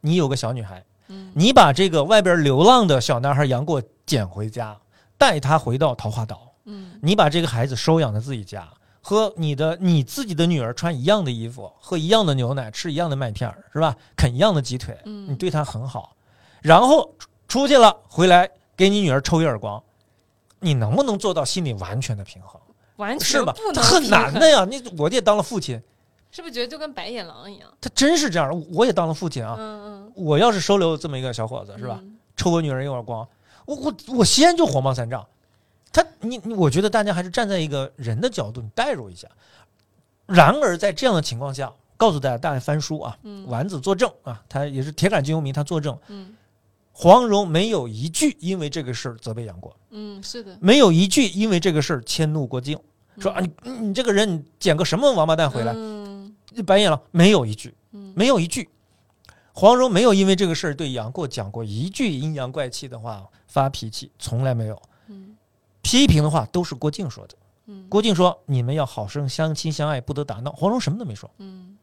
S2: 你有个小女孩，
S1: 嗯
S2: 你把这个外边流浪的小男孩杨过捡回家，带他回到桃花岛，
S1: 嗯
S2: 你把这个孩子收养在自己家，和你的你自己的女儿穿一样的衣服，喝一样的牛奶，吃一样的麦片儿，是吧？啃一样的鸡腿，
S1: 嗯，
S2: 你对她很好，然后出出去了回来给你女儿抽一耳光，你能不能做到心理完全的平衡？
S1: 完全
S2: 是吧
S1: 不？
S2: 他
S1: 能
S2: 很
S1: 平
S2: 难
S1: 衡
S2: 的，呀！你我也当了父亲，
S1: 是不是觉得就跟白眼狼一样？
S2: 他真是这样的。我也当了父亲啊！
S1: 嗯嗯，
S2: 我要是收留这么一个小伙子，是吧？
S1: 嗯？
S2: 抽我女人一耳光，我我我先就火冒三丈。他你你，我觉得大家还是站在一个人的角度，你代入一下。然而在这样的情况下，告诉大家，大家翻书啊，
S1: 嗯
S2: 丸子作证啊，他也是铁杆金庸迷，他作证，
S1: 嗯
S2: 黄蓉没有一句因为这个事儿责备杨过，
S1: 嗯，是的，
S2: 没有一句因为这个事儿迁怒郭靖，说啊
S1: 嗯
S2: 你你这个人你捡个什么王八蛋回来，
S1: 嗯
S2: 白眼狼没有一句，
S1: 嗯
S2: 没有一句。黄蓉没有因为这个事儿对杨过讲过一句阴阳怪气的话，发脾气从来没有。
S1: 嗯
S2: 批评的话都是郭靖说的。
S1: 嗯
S2: 郭靖说：“你们要好生相亲相爱，不得打闹。”黄蓉什么都没说。
S1: 嗯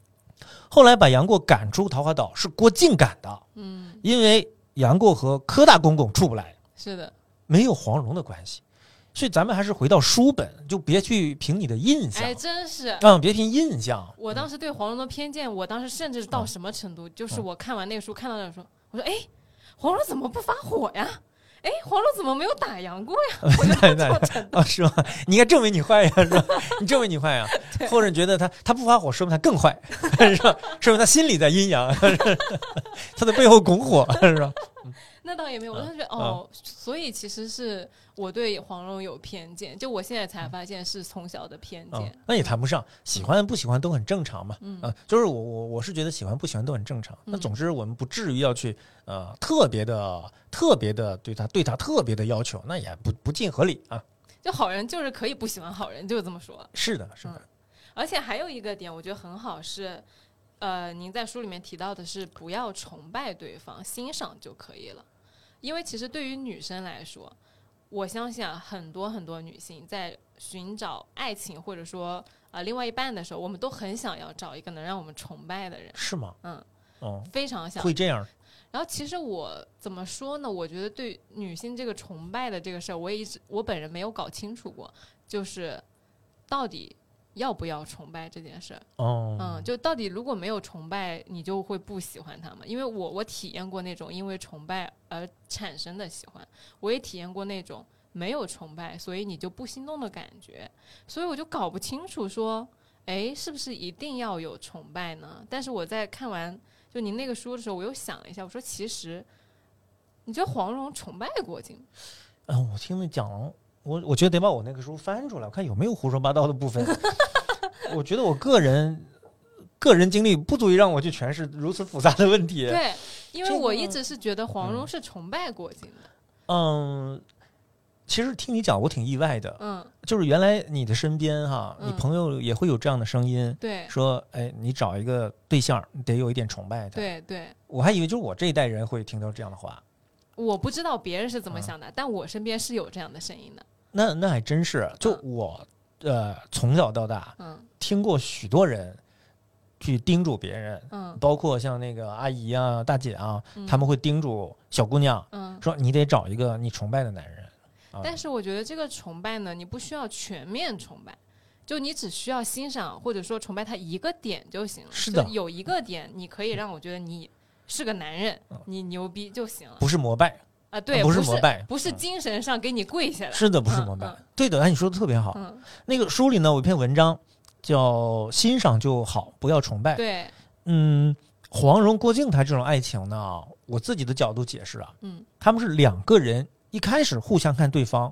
S2: 后来把杨过赶出桃花岛是郭靖赶的，
S1: 嗯，
S2: 因为杨过和柯大公公处不来，
S1: 是的，
S2: 没有黄蓉的关系。所以咱们还是回到书本，就别去凭你的印象
S1: 哎，，真是。
S2: 嗯，别凭印象。
S1: 我当时对黄蓉的偏见，我当时甚至到什么程度？就是我看完那个书，看到那说，我说，哎，黄蓉怎么不发火呀？哎，黄蓉怎么没有打杨过呀？我就这
S2: 对对
S1: 么沉
S2: 啊，是吗？你应该证明你坏呀，是吧？你证明 你坏呀，或者你觉得他他不发火，说明他更坏，是吧？说明他心里在阴阳， 是吧他在背后拱火，是吧？
S1: 那倒也没有，我当时觉得哦，所以其实是我对黄蓉有偏见，就我现在才发现是从小的偏
S2: 啊、
S1: 见。
S2: 那也谈不上，喜欢不喜欢都很正常嘛。
S1: 嗯
S2: 啊，就是我我我是觉得喜欢不喜欢都很正常。那
S1: 嗯
S2: 总之我们不至于要去呃特别的特别的对他对他特别的要求，那也不不尽合理啊。
S1: 就好人就是可以不喜欢好人，就这么说。
S2: 是的，是的，
S1: 嗯而且还有一个点，我觉得很好是，呃，您在书里面提到的是不要崇拜对方，欣赏就可以了。因为其实对于女生来说，我相信啊，很多很多女性在寻找爱情或者说呃另外一半的时候，我们都很想要找一个能让我们崇拜的人，
S2: 是吗？
S1: 嗯，
S2: 哦，
S1: 非常想。
S2: 会这样，
S1: 然后其实我怎么说呢？我觉得对女性这个崇拜的这个事儿，我也一直我本人没有搞清楚过，就是到底要不要崇拜这件事儿。
S2: 哦，
S1: 嗯，就到底如果没有崇拜，你就会不喜欢他们。因为我我体验过那种因为崇拜而产生的喜欢，我也体验过那种没有崇拜，所以你就不心动的感觉。所以我就搞不清楚说，哎，是不是一定要有崇拜呢？但是我在看完就您那个书的时候，我又想了一下，我说其实，你觉得黄蓉崇拜郭靖吗？
S2: 嗯，我听你讲了，我我觉得得把我那个书翻出来，我看有没有胡说八道的 部分。我觉得我个人个人经历不足以让我去诠释如此复杂的问题。
S1: 对，因为
S2: 这个
S1: 我一直是觉得黄蓉是崇拜郭靖的。
S2: 嗯，其实听你讲我挺意外的，
S1: 嗯，
S2: 就是原来你的身边哈，你
S1: 嗯
S2: 朋友也会有这样的声音，
S1: 对，
S2: 说哎，你找一个对象你得有一点崇拜他。
S1: 对对。
S2: 我还以为就是我这一代人会听到这样的话，
S1: 我不知道别人是
S2: 嗯
S1: 怎么想的，但我身边是有这样的声音的。
S2: 那那还真是，就
S1: 嗯
S2: 我呃从小到大
S1: 嗯
S2: 听过许多人去叮嘱别人，
S1: 嗯
S2: 包括像那个阿姨啊、大姐啊，
S1: 嗯
S2: 他们会叮嘱小姑娘
S1: 嗯。
S2: 说：“你得找一个你崇拜的男人。啊”
S1: 但是我觉得这个崇拜呢，你不需要全面崇拜，就你只需要欣赏或者说崇拜他一个点就行了。
S2: 是的
S1: 就有一个点你可以让我觉得你是个男人，你牛逼就行了。
S2: 嗯不是膜拜，
S1: 啊，对，
S2: 不
S1: 不
S2: 是膜拜
S1: 不是
S2: 嗯
S1: 精神上给你跪下来。
S2: 是的，不是膜拜。
S1: 嗯
S2: 对的，哎，你说的特别好。
S1: 嗯，
S2: 那个书里呢，有一篇文章叫《欣赏就好，不要崇拜》。
S1: 对，
S2: 嗯，黄蓉、郭靖他这种爱情呢，我自己的角度解释啊，
S1: 嗯
S2: 他们是两个人一开始互相看对方，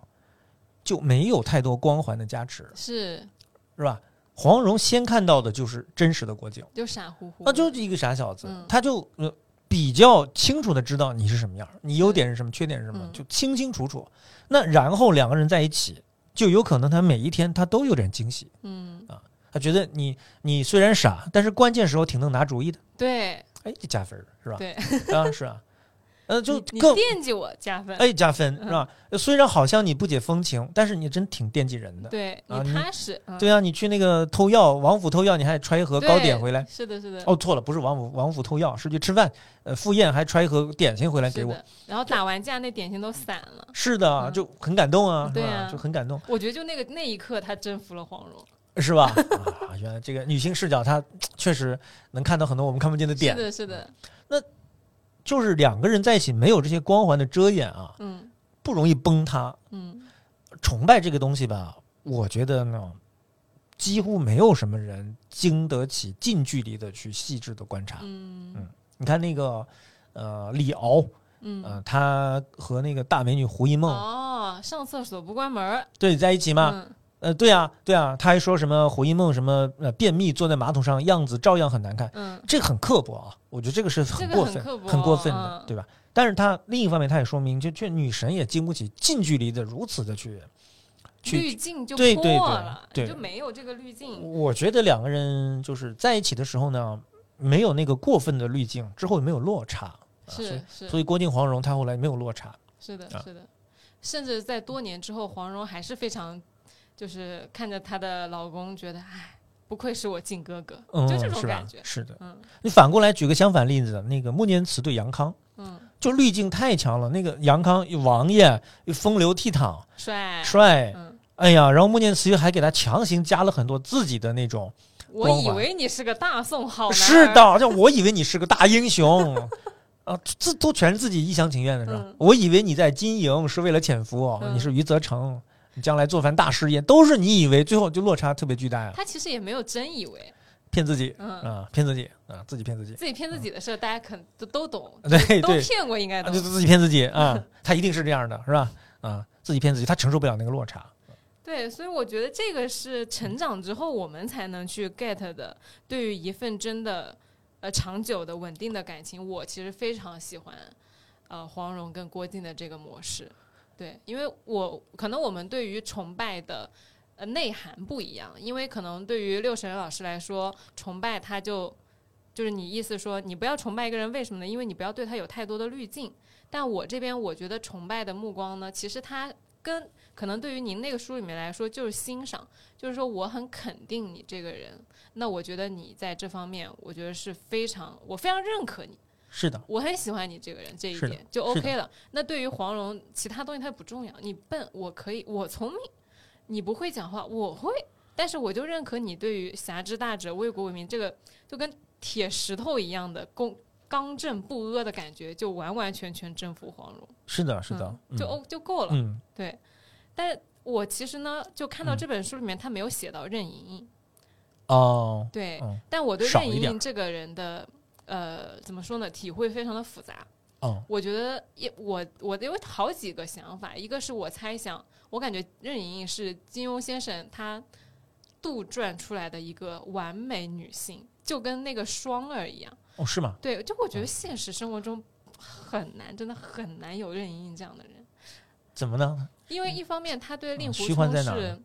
S2: 就没有太多光环的加持，
S1: 是
S2: 是吧？黄蓉先看到的就是真实的郭靖。
S1: 就傻乎乎。
S2: 那就是一个傻小子，
S1: 嗯
S2: 他就呃比较清楚的知道你是什么样儿，你优点是什么，缺点是什么，
S1: 嗯
S2: 就清清楚楚。那然后两个人在一起，就有可能他每一天他都有点惊喜，
S1: 嗯，
S2: 他觉得你你虽然傻，但是关键时候挺能拿主意的，
S1: 对，
S2: 哎，就加分儿是吧？
S1: 对，
S2: 啊 是啊，呃就
S1: 你嗯你
S2: 更
S1: 惦记我加分。
S2: 哎加分是吧？虽然好像你不解风情，但是你真挺惦记人的。
S1: 对
S2: 啊你
S1: 你踏实。嗯
S2: 对啊，你去那个偷药，王府偷药，你还揣一盒
S1: 对
S2: 糕点回来，
S1: 是的，是的。
S2: 哦，错了，不是王府王府偷药，是去吃饭，呃，赴宴还揣一盒点心回来给
S1: 是
S2: 我。
S1: 的，然后打完架那点心都散了。
S2: 是的，
S1: 嗯
S2: 就很感动啊，是
S1: 对
S2: 吧？
S1: 啊
S2: 就很感动，
S1: 我觉得就那个那一刻，他征服了黄蓉。
S2: 是吧？啊，原来这个女性视角，她确实能看到很多我们看不见的
S1: 是
S2: 点。
S1: 的，是的，
S2: 就是两个人在一起，没有这些光环的遮掩啊，
S1: 嗯
S2: 不容易崩塌。
S1: 嗯
S2: 崇拜这个东西吧，我觉得呢，几乎没有什么人经得起近距离的去细致的观察。
S1: 嗯
S2: 你看那个，呃，李敖，
S1: 嗯。
S2: 呃，他和那个大美女胡一梦、
S1: 哦，上厕所不关门儿，
S2: 对在一起嘛，
S1: 嗯，
S2: 呃，对啊，对啊，他还说什么胡一梦什么呃便秘坐在马桶上，样子照样很难看，
S1: 嗯，
S2: 这个很刻薄啊，我觉得这个是很
S1: 这个
S2: 过
S1: 很
S2: 分、
S1: 刻薄
S2: 过分的，
S1: 嗯
S2: 对吧？但是他另一方面，他也说明，就这女神也经不起近距离的如此的去去。
S1: 滤镜就
S2: 对对
S1: 破了，
S2: 对哦对
S1: 就没有这个滤镜。
S2: 我觉得两个人就是在一起的时候呢，没有那个过分的滤镜，之后也没有落差，啊
S1: 是
S2: 所以
S1: 是
S2: 所以郭靖黄蓉他后来没有落差，
S1: 是的
S2: 啊，
S1: 是的，甚至在多年之后，黄蓉还是非常，就是看着她的老公，觉得哎，不愧是我靖哥哥，
S2: 嗯，
S1: 就这种
S2: 是吧
S1: 感觉？。
S2: 是的，
S1: 嗯
S2: 你反过来举个相反例子，那个穆念慈对杨康。
S1: 嗯，
S2: 就滤镜太强了。那个杨康王爷风流倜傥、
S1: 帅，
S2: 帅，
S1: 嗯，
S2: 哎呀，然后穆念慈还给他强行加了很多自己的那种，
S1: 我
S2: 光
S1: 以
S2: 环
S1: 为你是个大宋好男儿，
S2: 是的，就我以为你是个大英雄。啊，这都全是自己一厢情愿的，是吧？
S1: 嗯
S2: 我以为你在金营是为了潜伏，
S1: 嗯
S2: 你是余则成，你将来做番大事业，都是你以为，最后就落差特别巨大呀，
S1: 他其实也没有真以为，
S2: 骗自己啊、
S1: 嗯，
S2: 骗自己啊、自己骗自己，
S1: 自己骗自己的事儿，大家肯都都懂，
S2: 对
S1: 都
S2: 对，
S1: 骗过应该
S2: 啊
S1: 都
S2: 就。自己骗自己 啊，他一定是这样的，是吧？啊，自己骗自己，他承受不了那个落差。
S1: 对，所以我觉得这个是成长之后我们才能去 get 的。对于一份真的呃长久的稳定的感情，我其实非常喜欢呃黄蓉跟郭靖的这个模式。对，因为我可能我们对于崇拜的呃内涵不一样，因为可能对于六神老师来说，崇拜他就就是你意思说你不要崇拜一个人，为什么呢？因为你不要对他有太多的滤镜。但我这边我觉得崇拜的目光呢，其实他跟可能对于您那个书里面来说就是欣赏，就是说我很肯定你这个人，那我觉得你在这方面，我觉得是非常我非常认可你，
S2: 是的，
S1: 我很喜欢你这个人这一
S2: 是的
S1: 点就是
S2: 的
S1: OK 了。那对于黄蓉，其他东西它不重要，你笨我可以，我聪明，你不会讲话我会，但是我就认可你对于侠之大者、为国为民这个，就跟铁石头一样的公刚正不阿的感觉，就完完全全征服黄蓉。
S2: 是的，是的，
S1: 嗯就
S2: 嗯
S1: 哦就够了。
S2: 嗯，
S1: 对，但是我其实呢，就看到
S2: 嗯
S1: 这本书里面他没有写到任盈盈，
S2: 哦，
S1: 对，
S2: 嗯
S1: 但我对
S2: 少
S1: 任
S2: 一
S1: 盈
S2: 点
S1: 盈这个人的呃怎么说呢，体会非常的复杂。
S2: 哦，
S1: 我觉得也我我有好几个想法，一个是我猜想，我感觉任盈盈是金庸先生他杜撰出来的一个完美女性，就跟那个双儿一样。
S2: 哦，是吗？
S1: 对，就我觉得现实生活中很难，真的很难有任盈盈这样的人。
S2: 怎么呢？
S1: 因为一方面他对令
S2: 嗯
S1: 狐
S2: 虚幻
S1: 冲
S2: 在哪儿
S1: 是
S2: 呢，嗯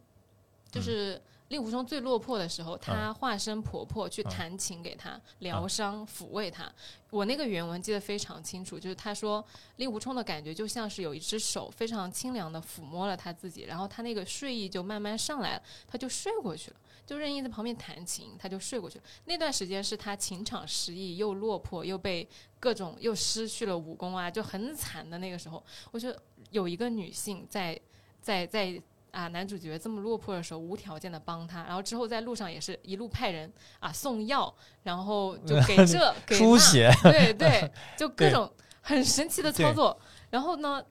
S1: 就是令狐冲最落魄的时候，她化身婆婆
S2: 嗯
S1: 去弹琴给他疗伤、抚慰他。我那个原文记得非常清楚，就是他说令狐冲的感觉就像是有一只手非常清凉的抚摸了他自己，然后他那个睡意就慢慢上来了，他就睡过去了。就任意在旁边弹琴，他就睡过去了。那段时间是他情场失意，又落魄，又被各种又失去了武功啊，就很惨的那个时候。我觉得有一个女性在在在啊男主角这么落魄的时候，无条件的帮他，然后之后在路上也是一路派人啊送药，然后就给这给
S2: 书
S1: 那，
S2: 写，
S1: 对对，就各
S2: 对
S1: 种很神奇的操作。然后呢，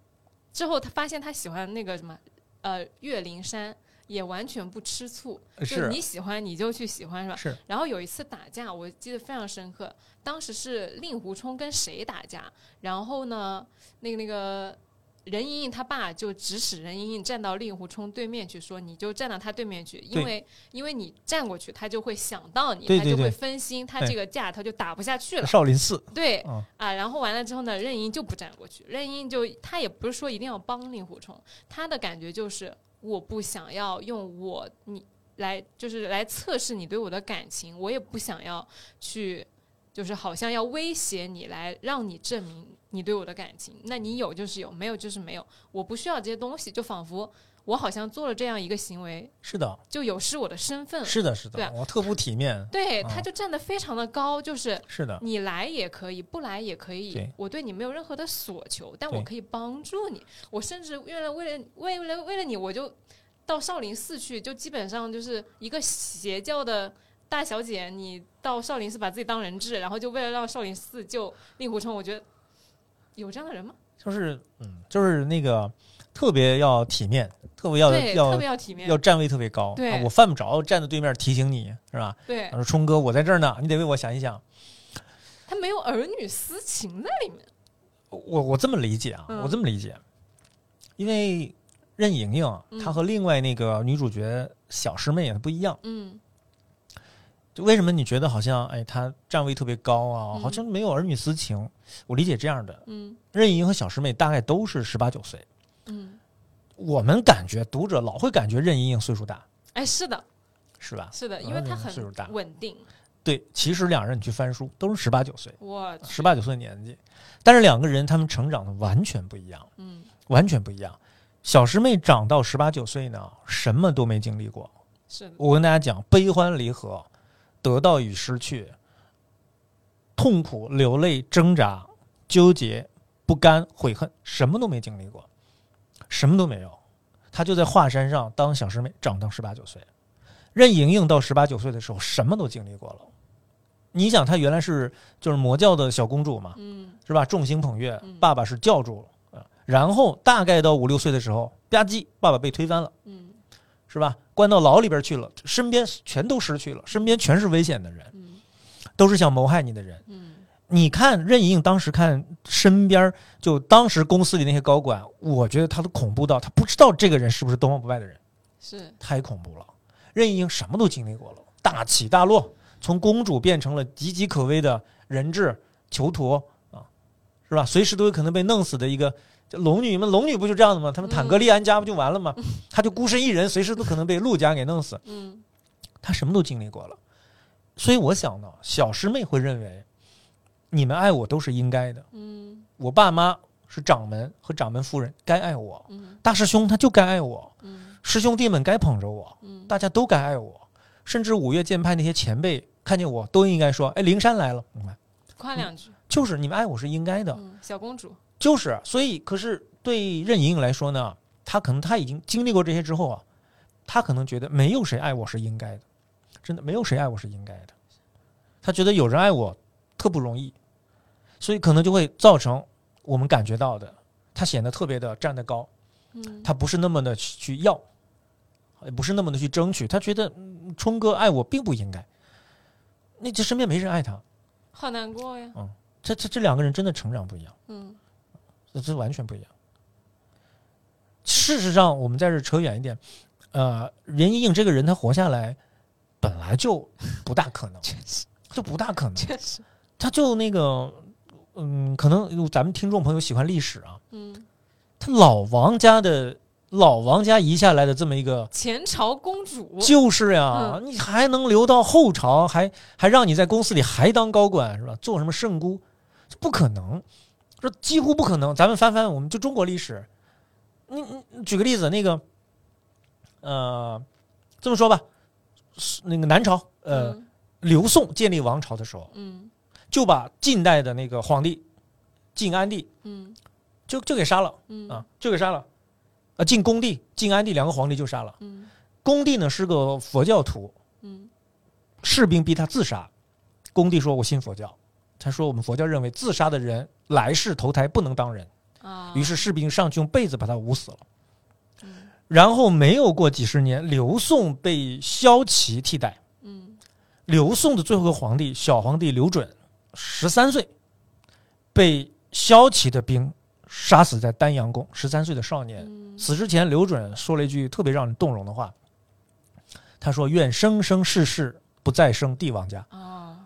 S1: 之后他发现他喜欢那个什么呃岳灵珊，也完全不吃醋，就是你喜欢你就去喜欢是吧？
S2: 是，
S1: 然后有一次打架，我记得非常深刻，当时是令狐冲跟谁打架，然后呢，那个那个任盈盈她爸就指使任盈盈站到令狐冲对面去，说你就站到他对面去，因
S2: 对
S1: 为因为你站过去，他就会想到你，
S2: 对
S1: 他
S2: 对
S1: 就会
S2: 对
S1: 分心，他
S2: 对
S1: 这个架他就打不下去了。
S2: 少林寺，
S1: 对
S2: 嗯
S1: 啊，然后完了之后呢，任盈就不站过去，任盈就他也不是说一定要帮令狐冲，他的感觉就是我不想要用我你来就是来测试你对我的感情，我也不想要去就是好像要威胁你来让你证明你对我的感情，那你有就是有，没有就是没有，我不需要这些东西，就仿佛我好像做了这样一个行为
S2: 是的，
S1: 就有失我的身份了，
S2: 是的，是
S1: 对
S2: 的
S1: 啊，
S2: 我特不体 面，
S1: 对，
S2: 嗯
S1: 他就站得非常的高，就是。
S2: 是的，
S1: 你来也可以，不来也可以
S2: 啊对。
S1: 我对你没有任何的所求，但
S2: 对
S1: 我可以帮助你。我甚至为了为了为了为了你，我就到少林寺去，就基本上就是一个邪教的大小姐，你到少林寺把自己当人质，然后就为了让少林寺救令狐冲，我觉得有这样的人吗？
S2: 就是嗯，就是那个特别要体面，特别要
S1: 对，特
S2: 要
S1: 别要体面
S2: 要。站位特别高，
S1: 对
S2: 啊我犯不着站在对面提醒你是吧？
S1: 对
S2: 他说冲哥，我在这儿呢，你得为我想一想。
S1: 他没有儿女私情在里面。
S2: 我我这么理解啊，
S1: 嗯
S2: 我这么理解，因为任盈盈啊
S1: 嗯
S2: 她和另外那个女主角小师妹她不一样，
S1: 嗯
S2: 就为什么你觉得好像哎她站位特别高啊，
S1: 嗯
S2: 好像没有儿女私情？我理解这样的，
S1: 嗯
S2: 任盈盈和小师妹大概都是十八九岁，
S1: 嗯，
S2: 我们感觉读者老会感觉任盈盈岁数大，
S1: 哎，是的，
S2: 是吧？
S1: 是的，
S2: 嗯
S1: 因为他
S2: 岁数大
S1: 很稳定。
S2: 对，其实两人你去翻书都是十八九岁，
S1: 我去
S2: 十八九岁的年纪，但是两个人他们成长的完全不一样，
S1: 嗯
S2: 完全不一样。小师妹长到十八九岁呢，什么都没经历过。
S1: 是的，
S2: 我跟大家讲，悲欢离合，得到与失去，痛苦、流泪、挣扎、纠结、不甘、悔恨，什么都没经历过，什么都没有。她就在华山上当小师妹，长到十八九岁。任盈盈到十八九岁的时候，什么都经历过了。你想，她原来是就是魔教的小公主嘛，
S1: 嗯
S2: 是吧？众星捧月
S1: 嗯，
S2: 爸爸是教主，呃然后大概到五六岁的时候，吧唧，爸爸被推翻了。
S1: 嗯
S2: 是吧？关到牢里边去了，身边全都失去了，身边全是危险的人，
S1: 嗯
S2: 都是想谋害你的人。
S1: 嗯。
S2: 你看任盈盈当时看身边，就当时公司里那些高管，我觉得他都恐怖到他不知道这个人是不是东方不败的人，
S1: 是，
S2: 太恐怖了。任盈盈什么都经历过了，大起大落，从公主变成了岌岌可危的人质囚徒啊，是吧？随时都有可能被弄死的一个。这龙女们，龙女不就这样的吗？他们坦格利安家不就完了吗？她就孤身一人，随时都可能被陆家给弄死。
S1: 嗯
S2: 他什么都经历过了，所以我想呢，小师妹会认为你们爱我都是应该的，
S1: 嗯
S2: 我爸妈是掌门和掌门夫人该爱我，
S1: 嗯
S2: 大师兄他就该爱我，
S1: 嗯
S2: 师兄弟们该捧着我，
S1: 嗯
S2: 大家都该爱我，甚至五岳剑派那些前辈看见我都应该说，哎，灵山来了，你看，
S1: 夸两句，
S2: 就是你们爱我是应该的，
S1: 嗯，小公主，
S2: 就是，所以可是对任盈盈来说呢，她可能她已经经历过这些之后啊，她可能觉得没有谁爱我是应该的，真的没有谁爱我是应该的，她觉得有人爱我特不容易，所以可能就会造成我们感觉到的，她显得特别的站得高，
S1: 嗯，
S2: 她不是那么的去去要，也不是那么的去争取，她觉得嗯冲哥爱我并不应该，那这身边没人爱她，
S1: 好难过呀，
S2: 这这这两个人真的成长不一样。
S1: 嗯
S2: 这这完全不一样。事实上，我们在这扯远一点，呃，任盈盈这个人她活下来本来就不大可能，
S1: 确实
S2: 就不大可能，
S1: 确实，
S2: 她就那个，嗯，可能咱们听众朋友喜欢历史啊，
S1: 嗯，
S2: 她老王家的老王家遗下来的这么一个。
S1: 前朝公主，
S2: 就是呀，
S1: 嗯
S2: 你还能留到后朝，还还让你在公司里还当高管是吧？做什么圣姑，这不可能，这几乎不可能。咱们翻翻，我们就中国历史，你你举个例子，那个，呃，这么说吧，是那个南朝，呃，
S1: 嗯
S2: 刘宋建立王朝的时候，
S1: 嗯
S2: 就把近代的那个皇帝晋安帝
S1: 嗯
S2: 就就给杀了
S1: 嗯
S2: 啊，就给杀了，啊，晋恭帝、晋安帝两个皇帝就杀了。
S1: 嗯
S2: 恭帝呢是个佛教徒，
S1: 嗯
S2: 士兵逼他自杀，恭帝说：“我信佛教。”他说：“我们佛教认为自杀的人来世投胎不能当人。
S1: 啊”，
S2: 于是士兵上去用被子把他捂死了。
S1: 嗯
S2: 然后没有过几十年，刘宋被萧齐替代。
S1: 嗯
S2: 刘宋的最后一个皇帝小皇帝刘准，十三岁，被萧齐的兵杀死在丹阳宫。十三岁的少年，
S1: 嗯
S2: 死之前，刘准说了一句特别让人动容的话，他说：“愿生生世世不再生帝王家。”
S1: 啊。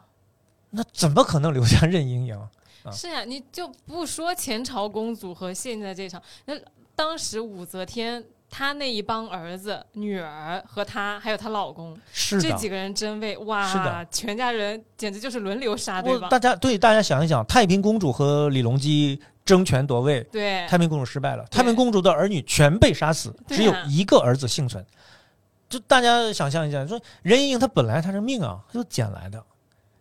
S2: 那怎么可能留下任盈盈？啊
S1: 是呀、你就不说前朝公主和现在这场，那当时武则天她那一帮儿子、女儿和她还有她老公，
S2: 是
S1: 这
S2: 的，
S1: 几个人真为哇，
S2: 是的
S1: 全家人简直就是轮流杀，啊对
S2: 我
S1: 吧？
S2: 大家对大家想一想，太平公主和李隆基争权夺位，
S1: 对，
S2: 太平公主失败了，太平公主的儿女全被杀死，
S1: 对啊
S2: 只有一个儿子幸存。就大家想象一下，说任盈盈她本来她这命啊，她就捡来的，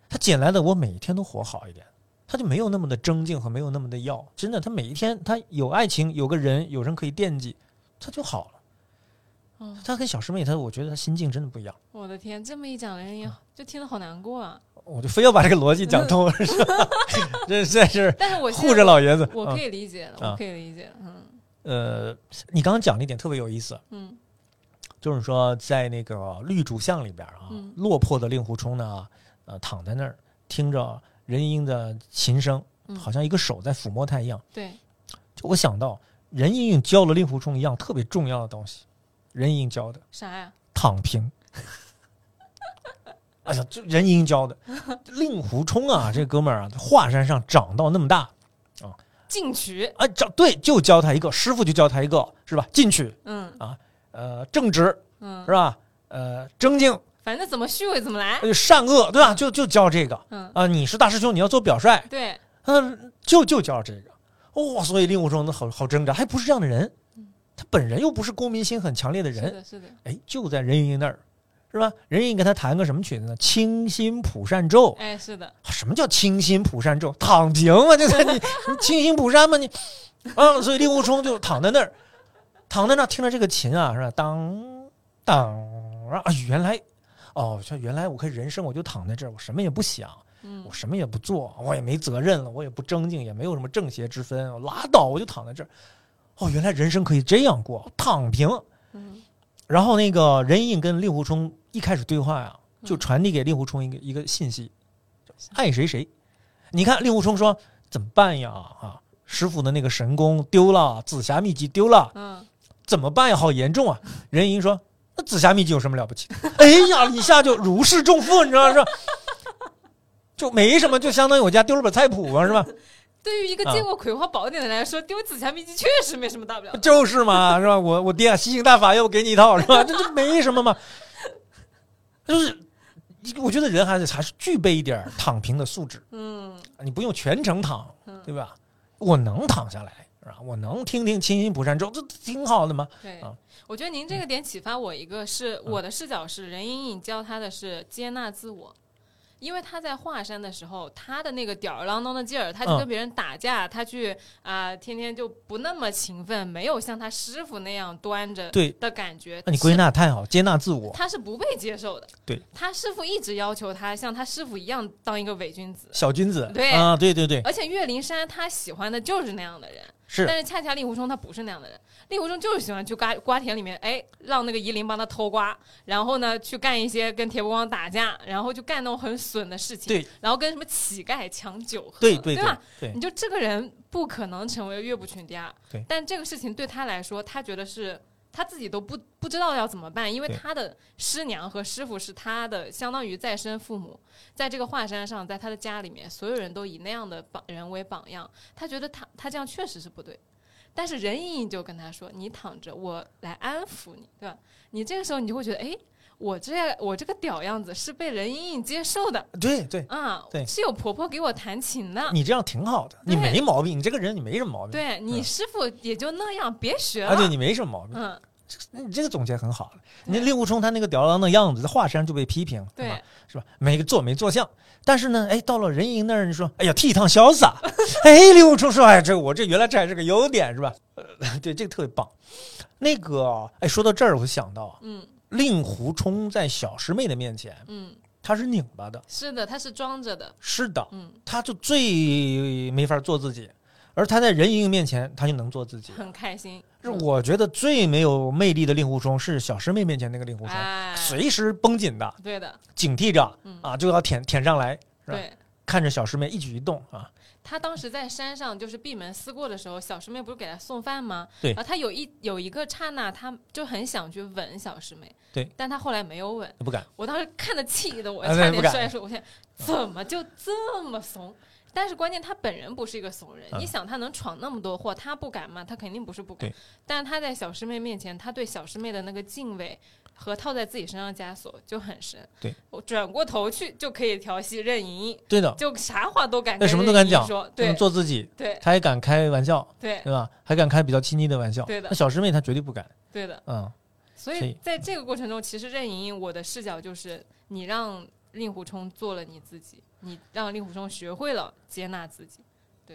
S2: 她捡来的，我每一天都活好一点，她就没有那么的争竞和没有那么的要，真的，她每一天她有爱情，有个人，有人可以惦记，她就好了
S1: 嗯。
S2: 她跟小师妹，她我觉得她心境真的不一样。
S1: 我的天，这么一讲，人
S2: 嗯
S1: 也就听得好难过啊。
S2: 我就非要把这个逻辑讲通，是吧？ 这这是
S1: 但嗯是我现
S2: 护着
S1: 在
S2: 老爷子。
S1: 我可
S2: 以、
S1: 以理解的，
S2: 啊
S1: 我可以理解的，嗯
S2: 呃，你刚刚讲了一点特别有意思，
S1: 嗯
S2: 就是说在那个绿竹巷里边啊，
S1: 嗯
S2: 落魄的令狐冲呢，呃，躺在那儿听着任盈盈的琴声，
S1: 嗯，
S2: 好像一个手在抚摸他一样。
S1: 对，
S2: 就我想到任盈盈教了令狐冲一样特别重要的东西，任盈盈教的
S1: 啥呀？
S2: 躺平。哎呀，这任盈盈教的令狐冲啊，这哥们儿啊，华山上长到那么大，
S1: 进取，
S2: 啊，找对，就教他一个，师傅就教他一个，是吧？进取，
S1: 嗯
S2: 呃，正直，
S1: 嗯
S2: 是，吧？呃，正经，
S1: 反正怎么虚伪怎么来，
S2: 呃善恶，对吧？就就教这个啊、
S1: 嗯，
S2: 你是大师兄，你要做表率，
S1: 对，
S2: 嗯、就就教这个。哇、所以令狐冲那好好挣扎，还不是这样的人，他本人又不是公民心很强烈的
S1: 是
S2: 人，
S1: 的，是的，
S2: 哎，就在任盈盈那儿，是吧？任盈盈跟他弹个什么曲子呢？清心普善咒。
S1: 哎，是的，
S2: 什么叫清心普善咒？躺平嘛，这个你你清心普善嘛，你啊，所以令狐冲就躺在那儿，躺在那儿听着这个琴啊，是吧？当当啊，原来哦，这原来我可以人生我就躺在这儿，我什么也不想，
S1: 嗯
S2: 我，什么也不做，我也没责任了，我也不争竞，也没有什么正邪之分，我拉倒，我就躺在这儿。哦，原来人生可以这样过，躺平。
S1: 嗯
S2: 然后那个任盈盈跟令狐冲一开始对话呀、就
S1: 嗯
S2: 传递给令狐冲一个一个信息，就爱谁谁。你看令狐冲说怎么办呀？啊，师傅的那个神功丢了，紫霞秘籍丢了，
S1: 嗯，
S2: 怎么办呀？好严 重啊！任盈说那紫霞秘籍有什么了不起？ 哎呀，一下就如释重负，你知道是吧？ 就没什么，就相当于我家丢了本菜谱嘛，是吧？
S1: 对于一个
S2: 啊
S1: 见过《葵花宝典》的人来说，丢紫霞秘籍确实没什么大不了的。
S2: 就是嘛，是吧？我我爹啊吸星大法要不给你一套，是吧？这这没什么嘛，就是我觉得人还是还是具备一点躺平的素质，啊
S1: 嗯
S2: 你不用全程躺，
S1: 嗯
S2: 对吧？我能躺下来，是啊，我能听听清音不善咒，这挺好的嘛。
S1: 对
S2: 啊，嗯
S1: 我觉得您这个点启发我一个是我的视角是任盈盈教他的是接纳自我。因为他在华山的时候，他的那个吊儿郎当的劲儿，他就
S2: 嗯
S1: 跟别人打架，他去啊、天天就不那么勤奋，没有像他师傅那样端着
S2: 对
S1: 的感觉。
S2: 那你归纳太好，接纳自我，
S1: 他是不被接受的。
S2: 对，
S1: 他师傅一直要求他像他师傅一样当一个伪君子，
S2: 小君子，
S1: 对
S2: 啊，对对对，
S1: 而且岳灵珊他喜欢的就是那样的人，
S2: 是
S1: 但是恰恰令狐冲他不是那样的人，令狐冲就是喜欢去瓜瓜田里面，哎，让那个夷陵帮他偷瓜，然后呢去干一些跟铁国光打架，然后就干那种很损的事情，
S2: 对
S1: 然后跟什么乞丐抢酒喝，
S2: 对
S1: 对
S2: 对
S1: 吧？
S2: 对
S1: 你就这个人不可能成为岳不群第二，
S2: 对
S1: 但这个事情对他来说，他觉得是。他自己都不不知道要怎么办，因为
S2: 对
S1: 他的师娘和师傅是他的相当于再生父母，在这个华山上，在他的家里面，所有人都以那样的榜人为榜样，他觉得他他这样确实是不对。但是任盈盈就跟他说：“你躺着，我来安抚你，对吧？”你这个时候你就会觉得，哎，我这我这个屌样子是被任盈盈接受的
S2: 对对，
S1: 啊，
S2: 对
S1: 是有婆婆给我弹琴的。
S2: 你这样挺好的，
S1: 对
S2: 你没毛病，你这个人你没什么毛病，
S1: 对你
S2: 嗯
S1: 师傅也就那样，别学了。
S2: 啊，对你没什么毛病，
S1: 嗯，
S2: 你这个总结很好的。你
S1: 对
S2: 令狐冲他那个吊儿郎当的样子，在华山就被批评，是吧
S1: 对？
S2: 是吧？没做没做相，但是呢，哎，到了任盈那儿，你说，哎呀，倜傥潇洒， 哎，令狐冲说，哎，这个我这原来这还是个优点，是吧？ 呃，对，这个特别棒。那个，哎，说到这儿，我就想到啊
S1: 嗯
S2: 令狐冲在小师妹的面前，
S1: 嗯，
S2: 他是拧巴的，
S1: 是的，他是装着的。
S2: 是的，
S1: 嗯，
S2: 他就最没法做自己，而他在任盈面前，他就能做自己。
S1: 很开心。嗯
S2: 是我觉得最没有魅力的令狐冲是小师妹面前那个令狐冲，
S1: 哎，
S2: 随时绷紧的，
S1: 对的，
S2: 警惕着
S1: 嗯
S2: 啊，就要舔舔上来，是吧
S1: 对。
S2: 看着小师妹一举一动啊，
S1: 他当时在山上就是闭门思过的时候，小师妹不是给他送饭吗？
S2: 对
S1: 然后他有一有一个刹那，他就很想去吻小师妹。
S2: 对。
S1: 但他后来没有吻。
S2: 不敢。
S1: 我当时看的气的我
S2: 啊对
S1: 差
S2: 不
S1: 点
S2: 敢
S1: 摔手，我想怎么就这么怂？但是关键他本人不是一个怂人，
S2: 嗯
S1: 你想他能闯那么多祸，他不敢吗？他肯定不是不敢
S2: 对。
S1: 但是他在小师妹面前，他对小师妹的那个敬畏和套在自己身上的枷锁就很深。
S2: 对，
S1: 我转过头去就可以调戏任盈盈，
S2: 对的，
S1: 就啥话都敢
S2: 啊那
S1: 跟
S2: 什么都
S1: 任
S2: 敢
S1: 盈盈
S2: 讲
S1: 说，
S2: 嗯
S1: 对
S2: 做自己，
S1: 对
S2: 他也敢开玩笑，
S1: 对
S2: 对吧？还敢开比较亲昵的玩笑。
S1: 对的
S2: 那小师妹她绝对不敢，
S1: 对的。
S2: 嗯，
S1: 所
S2: 所
S1: 以
S2: 以
S1: 在这个过程中，其实任盈盈我的视角就是，你让令狐冲做了你自己，你让令狐冲学会了接纳自己。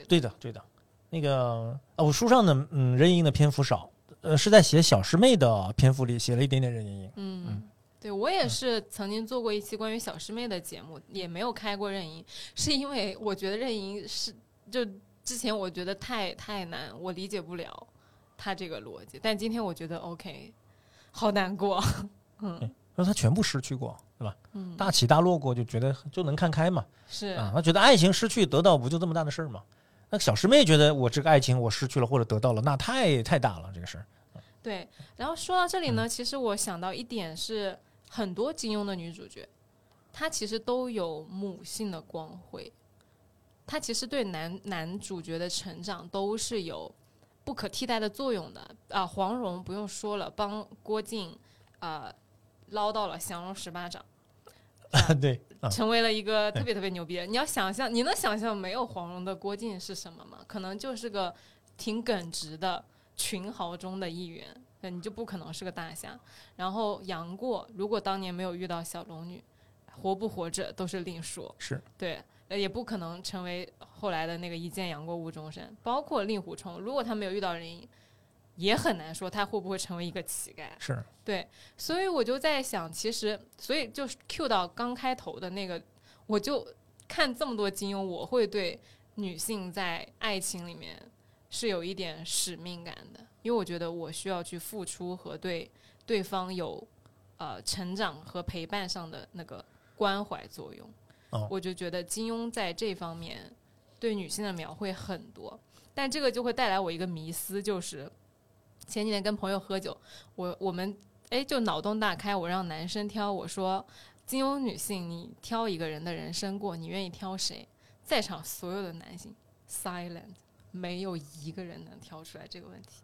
S2: 对的，对的。那个啊，我书上的嗯任盈盈的篇幅少，呃，是在写小师妹的篇幅里写了一点点任盈盈。
S1: 嗯，对我也是曾经做过一期关于小师妹的节目，也没有开过任盈，是因为我觉得任盈是就之前我觉得太太难，我理解不了他这个逻辑，但今天我觉得 OK，好难过。
S2: 那他全部失去过，对吧？
S1: 嗯，
S2: 大起大落过，就觉得就能看开嘛。
S1: 是、
S2: 啊，他觉得爱情失去得到不就这么大的事儿吗？那小师妹觉得我这个爱情我失去了或者得到了，那太太大了这个事儿。
S1: 对，然后说到这里呢，其实我想到一点是，很多金庸的女主角，她其实都有母性的光辉，她其实对男男主角的成长都是有不可替代的作用的。啊，黄蓉不用说了，帮郭靖啊、捞到了降龙十八掌。
S2: 对，啊，
S1: 成为了一个特别特别牛逼的人。你要想象，你能想象没有黄蓉的郭靖是什么吗？可能就是个挺耿直的群豪中的一员，对，你就不可能是个大侠。然后杨过，如果当年没有遇到小龙女，活不活着都是另说。
S2: 是
S1: 对，呃也不可能成为后来的那个一见杨过误终身。包括令狐冲，如果他没有遇到任盈盈，也很难说他会不会成为一个乞丐。
S2: 是，
S1: 对，所以我就在想，其实，所以就是 Q 到刚开头的那个，我就看这么多金庸，我会对女性在爱情里面是有一点使命感的，因为我觉得我需要去付出和对对方有呃成长和陪伴上的那个关怀作用。
S2: 哦
S1: 我就觉得金庸在这方面对女性的描绘很多，但这个就会带来我一个迷思，就是前几天跟朋友喝酒，我我们哎就脑洞大开，我让男生挑，我说金庸女性，你挑一个人的人生过，你愿意挑谁？在场所有的男性 silent，没有一个人能挑出来这个问题，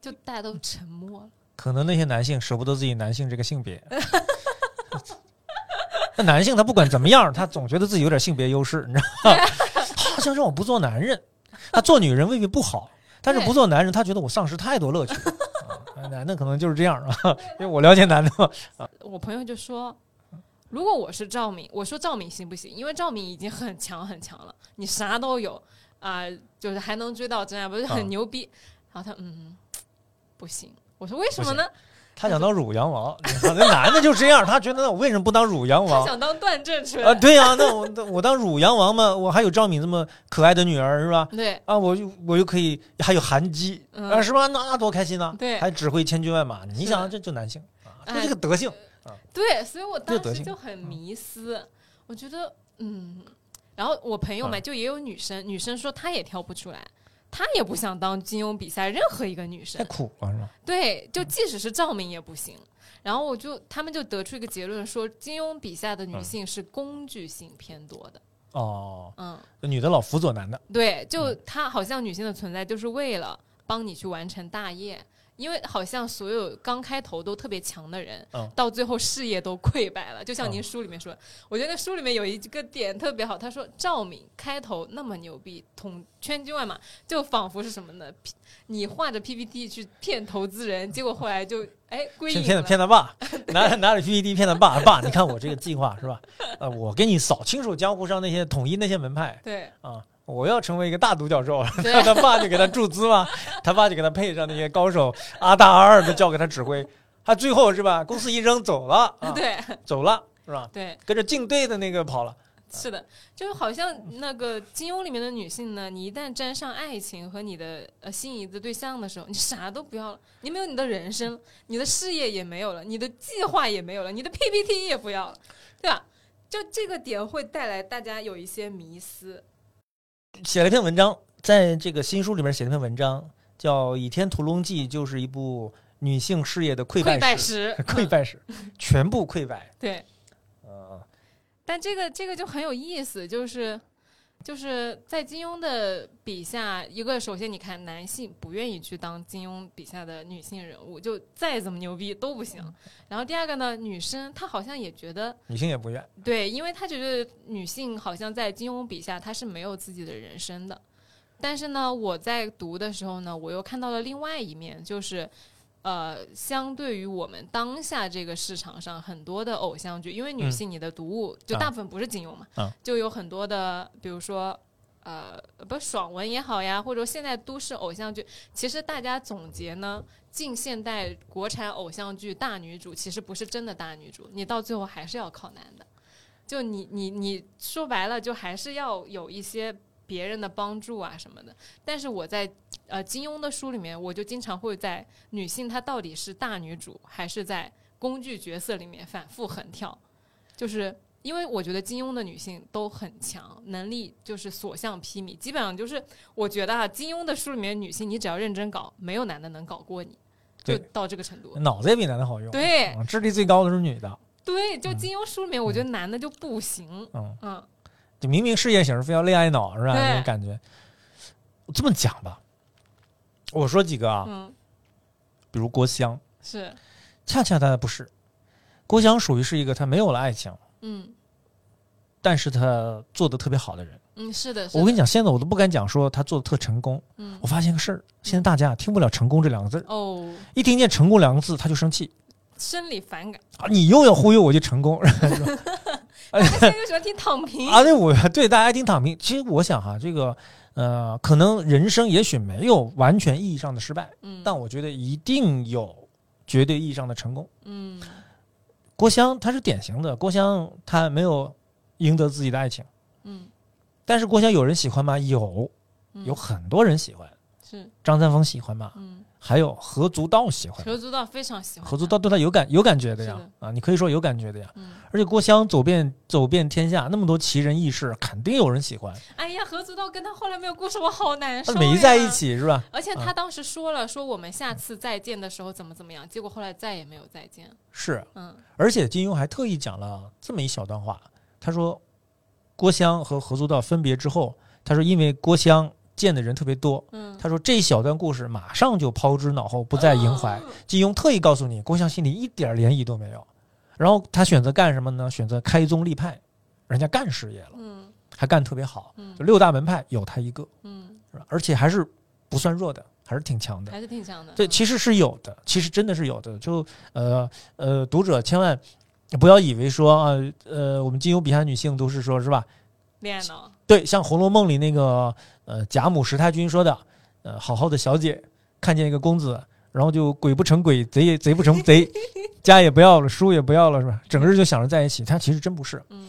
S1: 就大家都沉默了。
S2: 可能那些男性舍不得自己男性这个性别。那男性他不管怎么样，他总觉得自己有点性别优势，你知道吗？好像让我不做男人，他做女人未必不好，但是
S1: 对
S2: 不做男人，他觉得我丧失太多乐趣了。啊男的可能就是这样啊，因为我了解男的嘛，
S1: 我朋友就说，如果我是赵敏，我说赵敏行不行？因为赵敏已经很强很强了，你啥都有啊、就是还能追到真爱，不是
S2: 啊
S1: 很牛逼？然后他嗯，不行。我说为什么呢？
S2: 他想当乳羊王，你看 那男的就这样，他觉得我为什么不当乳羊
S1: 他
S2: 王？
S1: 想当段正淳。
S2: 啊，对呀、那我那我当乳羊王嘛，我还有赵敏这么可爱的女儿是吧？
S1: 对
S2: 啊，我又我又可以还有韩姬
S1: 嗯
S2: 啊，是吧？那那多开心呐！
S1: 对
S2: 还指挥千军万马，你
S1: 是
S2: 想
S1: 的
S2: 这就男性啊，
S1: 哎
S2: 这这个德性，
S1: 对，所以我
S2: 这
S1: 当
S2: 德
S1: 时
S2: 行嗯
S1: 就很迷思，我觉得嗯，然后我朋友嘛，
S2: 啊
S1: 就也有女生，女生说她也挑不出来。她也不想当金庸比赛任何一个女生
S2: 太，苦了是吧？
S1: 对，
S2: 嗯
S1: 就即使是赵敏也不行。然后我就他们就得出一个结论，说金庸笔下的女
S2: 嗯
S1: 性是工具性偏多的。
S2: 哦，
S1: 嗯，
S2: 女的老辅佐男的，
S1: 对，就
S2: 嗯
S1: 她好像女性的存在就是为了帮你去完成大业，因为好像所有刚开头都特别强的人，
S2: 嗯
S1: 到最后事业都溃败了。就像您
S2: 嗯
S1: 书里面说，我觉得那书里面有一个点特别好，他说赵敏开头那么牛逼，统圈军万马，就仿佛是什么呢？你画着 PPT 去骗投资人，结果后来就哎归隐
S2: 骗骗
S1: 了
S2: 他骗他 爸，拿着拿着 PPT 骗他爸，爸，你看我这个计划是吧？呃，我给你扫清楚江湖上那些统一那些门派
S1: 对
S2: 啊，我要成为一个大独角兽，
S1: 对
S2: 他他爸就给他注资嘛，他爸就给他配上那些高手，阿大阿二都交给他指挥，他最后是吧？公司一扔走了，啊、
S1: 对
S2: 走了是吧？
S1: 对，
S2: 跟着竞队的那个跑了，
S1: 是的，就好像那个金庸里面的女性呢，你一旦沾上爱情和你的呃心仪的对象的时候，你啥都不要了，你没有你的人生，你的事业也没有了，你的计划也没有了，你的 PPT 也不要了，对吧？就这个点会带来大家有一些迷思，
S2: 写了一篇文章，在这个新书里面写了一篇文章，叫《倚天屠龙记》，就是一部女性事业的溃
S1: 溃败
S2: 史，
S1: 时
S2: 溃
S1: 嗯
S2: 败史，全部溃败。
S1: 对，
S2: 呃，
S1: 但这个这个就很有意思，就是就是在金庸的笔下，一个首先你看男性不愿意去当金庸笔下的女性人物，就再怎么牛逼都不行。然后第二个呢，女生她好像也觉得
S2: 女性也不愿。
S1: 对，因为她觉得女性好像在金庸笔下她是没有自己的人生的。但是呢，我在读的时候呢，我又看到了另外一面，就是。呃，相对于我们当下这个市场上很多的偶像剧，因为女
S2: 嗯
S1: 性你的读物、就
S2: 啊
S1: 大部分不是金庸嘛，
S2: 啊
S1: 就有很多的，比如说呃，不爽文也好呀，或者现在都市偶像剧，其实大家总结呢，近现代国产偶像剧大女主其实不是真的大女主，你到最后还是要靠男的，就你你你说白了，就还是要有一些别人的帮助啊什么的。但是我在呃金庸的书里面，我就经常会在女性她到底是大女主还是在工具角色里面反复横跳，就是。因为我觉得金庸的女性都很强，能力就是所向披靡，基本上就是我觉得啊，金庸的书里面女性，你只要认真搞，没有男的能搞过你，就
S2: 对
S1: 到这个程度。
S2: 脑子也比男的好用。
S1: 对
S2: 嗯，智力最高的是女的。
S1: 对，就金庸书里面，我觉得男的就不行。
S2: 嗯，
S1: 嗯
S2: 就明明事业型，非要恋爱脑，是吧？
S1: 对
S2: 那种感觉。我这么讲吧，我说几个啊，
S1: 嗯，
S2: 比如郭襄，
S1: 是，
S2: 恰恰她不是。郭襄属于是一个她没有了爱情，
S1: 嗯
S2: 但是她做的特别好的人。
S1: 嗯，是的，是
S2: 我跟
S1: 的，
S2: 你讲，现在我都不敢讲说她做的特成功。
S1: 嗯
S2: 我，发现个事儿，现在大家听不了“成功”这两个字儿，
S1: 哦，
S2: 一听见“成功”两个字，他就生气
S1: 生理反 感，
S2: 啊！你又要忽悠我去成功，
S1: 他现在就喜欢听躺平。
S2: 啊，对，我对大家听躺平。其实我想哈、这个呃，可能人生也许没有完全意义上的失败，
S1: 嗯，
S2: 但我觉得一定有绝对意义上的成功。
S1: 嗯
S2: 郭襄她是典型的，郭襄她没有赢得自己的爱情，
S1: 嗯
S2: 但是郭襄有人喜欢吗？有，
S1: 嗯，
S2: 有很多人喜欢。
S1: 是，
S2: 张三丰喜欢吗？
S1: 嗯，
S2: 还有何足道喜欢吗，
S1: 合租道非常喜欢
S2: 何足
S1: 他
S2: 道，对他有感有感觉的呀
S1: 是的
S2: 啊，你可以说有感觉的呀。
S1: 嗯，
S2: 而且郭襄走遍走遍天下，那么多奇人异事，肯定有人喜欢。
S1: 哎呀，合租道跟他后来没有故事，我好难
S2: 他
S1: 受。
S2: 没在一。起是吧？
S1: 而且
S2: 啊
S1: 他当时说了，说我们下次再见的时候怎么怎么样，结果后来再也没有再见。
S2: 是，
S1: 嗯
S2: 而且金庸还特意讲了这么一小段话，他说郭襄和何足道分别之后，他说因为郭襄见的人特别多，
S1: 嗯，
S2: 他说这一小段故事马上就抛之脑后，不再萦怀。金庸特意告诉你，郭襄心里一点涟漪都没有。然后他选择干什么呢？选择开宗立派，人家干事业了，
S1: 嗯
S2: 还干得特别好。
S1: 嗯
S2: 就六大门派有他一个，
S1: 嗯
S2: 是吧而且还是不算弱的。还是挺强的。
S1: 还是挺强的。
S2: 对，
S1: 嗯
S2: 其实是有的，其实真的是有的。就呃呃，读者千万不要以为说啊呃，我们金庸笔下女性都是说是吧？
S1: 嗯恋爱脑，
S2: 对，像《红楼梦》里那个呃贾母石太君说的，呃，好好的小姐看见一个公子，然后就鬼不成鬼，贼也贼不成贼，家也不要了，书也不要了，是吧？整日就想着在一起，他其实真不是。
S1: 嗯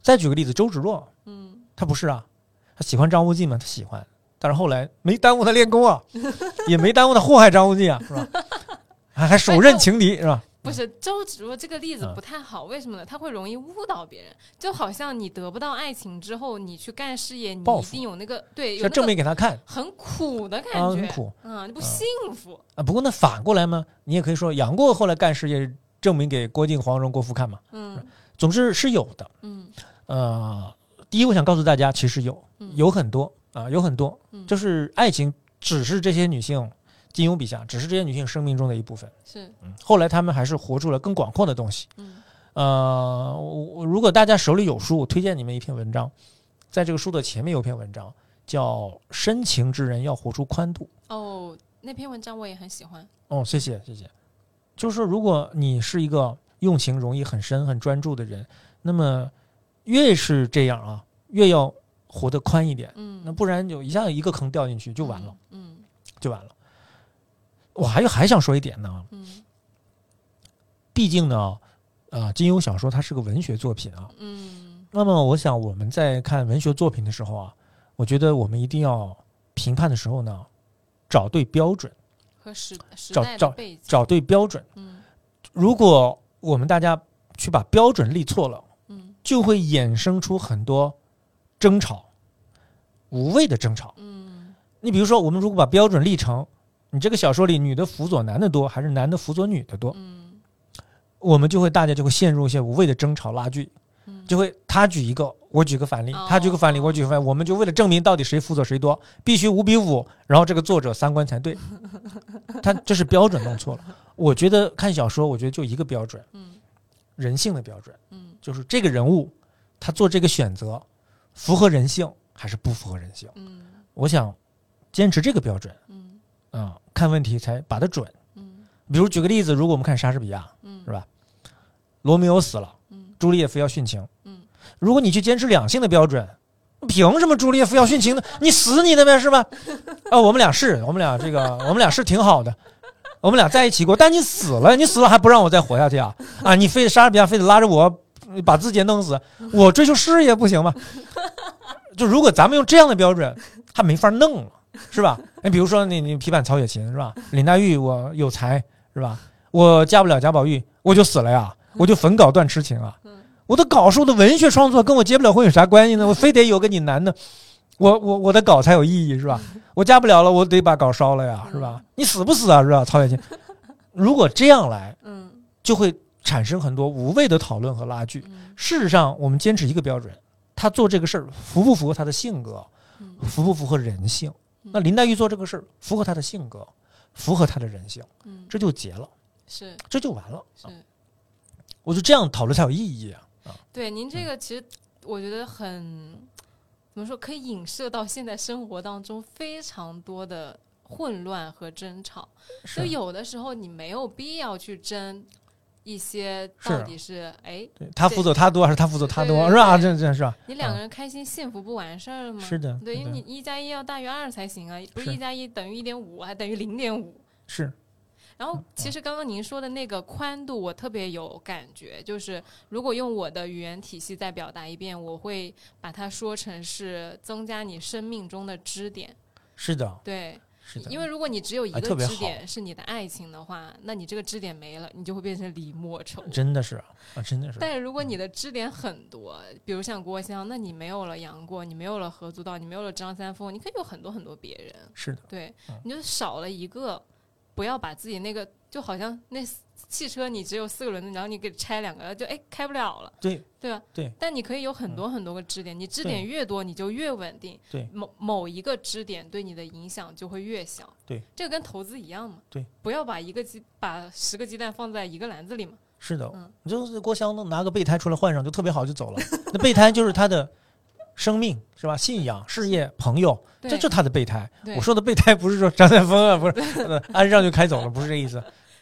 S2: 再举个例子，周芷若，
S1: 嗯
S2: 他不是啊，他喜欢张无忌吗？他喜欢，但是后来没耽误他练 功啊，也没耽误他祸害张无忌啊，是吧？还还手刃情敌是吧？，
S1: 不是周芷若这个例子
S2: 嗯
S1: 不太好，为什么呢？他会容易误导别人，就好像你得不到爱情之后，你去干事业，你
S2: 报
S1: 一
S2: 复
S1: 定有那个对，有
S2: 要
S1: 那
S2: 证
S1: 个
S2: 明给他看
S1: 很苦的感
S2: 啊，
S1: 觉，
S2: 很苦
S1: 嗯，你不
S2: 嗯
S1: 幸福，
S2: 啊。不过那反过来嘛，你也可以说杨过后来干事业，证明给郭靖、黄蓉、郭芙看嘛。
S1: 嗯
S2: 总之是有的。
S1: 嗯
S2: 呃，第一，我想告诉大家，其实有
S1: 嗯，
S2: 有很多啊、有很多
S1: 嗯，
S2: 就是爱情只是这些女性，金庸笔下只是这些女性生命中的一部分。
S1: 是，
S2: 嗯，后来她们还是活出了更广阔的东西。
S1: 嗯
S2: 呃，我我如果大家手里有书，我推荐你们一篇文章，在这个书的前面有一篇文章叫《深情之人要活出宽度》。
S1: 哦，那篇文章我也很喜欢，
S2: 哦，谢谢谢谢。就是说，如果你是一个用情容易很深、很专注的人，那么越是这样啊，越要活得宽一点，
S1: 嗯，
S2: 那不然就一下一个坑掉进去就完了，
S1: 嗯，
S2: 就完了。我还有还想说一点呢，
S1: 嗯
S2: 毕竟呢，呃，金庸小说它是个文学作品啊，
S1: 嗯嗯
S2: 那么，我想我们在看文学作品的时候啊，我觉得我们一定要评判的时候呢，找对标准，
S1: 和时时
S2: 找
S1: 代的
S2: 找
S1: 背景，
S2: 找对标准。
S1: 嗯
S2: 如果我们大家去把标准立错了，
S1: 嗯
S2: 就会衍生出很多争吵，无谓的争吵。
S1: 嗯
S2: 你比如说，我们如果把标准立成，你这个小说里女的辅佐男的多，还是男的辅佐女的多，
S1: 嗯
S2: 我们就会大家就会陷入一些无谓的争吵拉锯，
S1: 嗯，
S2: 就会他举一个，我举个反例
S1: 哦，
S2: 他举个反例，我举个反例，我们就为了证明到底谁辅佐谁多，必须五比五，然后这个作者三观才对。他这是标准弄错了。我觉得看小说，我觉得就一个标准，
S1: 嗯
S2: 人性的标准，
S1: 嗯
S2: 就是这个人物他做这个选择符合人性还是不符合人性。
S1: 嗯
S2: 我想坚持这个标准
S1: 嗯
S2: 啊、看问题才把得准。
S1: 嗯
S2: 比如举个例子，如果我们看莎士比亚，
S1: 嗯
S2: 是吧罗密欧死了，
S1: 嗯
S2: 朱丽叶非要殉情。
S1: 嗯，
S2: 如果你去坚持两性的标准，凭什么朱丽叶非要殉情呢？你死你的呗， 是吧？啊、我们俩是，我们俩这个，我们俩是挺好的，我们俩在一起过。但你死了，你死了还不让我再活下去啊？啊，你非得莎士比亚非得拉着我呃把自己也弄死，我追求事业不行吗？ 就如果咱们用这样的标准，还没法弄了，是吧？你比如说你你批判曹雪芹是吧？林黛玉我有才是吧？我嫁不了贾宝玉，我就死了呀，我就焚稿断痴情啊！
S1: 嗯
S2: 我的稿是我的文学创作，跟我结不了婚有啥关系呢？我非得有个你男的，我我我的稿才有意义是吧？我嫁不了了，我得把稿烧了呀，是吧？你死不死啊？是吧？曹雪芹，如果这样来，
S1: 嗯
S2: 就会产生很多无谓的讨论和拉锯。
S1: 嗯
S2: 事实上，我们坚持一个标准，他做这个事儿符不符合他的性格，
S1: 嗯
S2: 符不符合人性？
S1: 嗯
S2: 那林黛玉做这个事儿符合她的性格，符合她的人性，
S1: 嗯，
S2: 这就结了，
S1: 是
S2: 这就完了。
S1: 是。
S2: 我就这样讨论才有意义啊！
S1: 对，您这个其实我觉得很怎么说，可以影射到现在生活当中非常多的混乱和争吵。
S2: 是
S1: 就有的时候你没有必要去争一些
S2: 是
S1: 到底是哎，
S2: 对他辅佐他多还是他辅佐他多
S1: 对对
S2: 是吧？啊
S1: 对
S2: 这这是吧？
S1: 你两个人开心幸福不完事儿了吗？
S2: 嗯是的
S1: 对，因
S2: 是
S1: 为
S2: 的
S1: 你一加一要大于二才行啊，不是
S2: 是
S1: 一加一等于一点五，还等于零点五。
S2: 是
S1: 然后，其实刚刚您说的那个宽度，我特别有感觉。就是如果用我的语言体系再表达一遍，我会把它说成是增加你生命中的支点。
S2: 是的，
S1: 对，
S2: 是的，
S1: 因为如果你只有一
S2: 哎
S1: 个
S2: 特别
S1: 支点是你的爱情的话，那你这个支点没了，你就会变成李莫愁。
S2: 真的是啊，真的是
S1: 但是如果你的支点很多，比如像郭襄，那你没有了杨过，你没有了何足道，你没有了张三丰，你可以有很多很多别人。
S2: 是的，
S1: 对
S2: 嗯，
S1: 你就少了一个，不要把自己那个就好像那四汽车你只有四个轮子，然后你给拆两个，就哎开不了了，
S2: 对
S1: 对吧？
S2: 对。嗯
S1: 但你可以有很多很多个支点，你支点越多，你就越稳定。
S2: 对
S1: 某某一个支点对你的影响就会越小。
S2: 对，
S1: 这个跟投资一样嘛。
S2: 对，
S1: 不要把一个鸡把十个鸡蛋放在一个篮子里嘛。
S2: 是的
S1: 嗯。
S2: 你就是郭襄能拿个备胎出来换上就特别好就走了，那备胎就是他的生命是吧？信仰、事业、朋友，
S1: 对
S2: 这就是他的备胎。
S1: 对
S2: 我说的备胎不是说张三丰啊，不 是呃安上就开走了，不是这意思。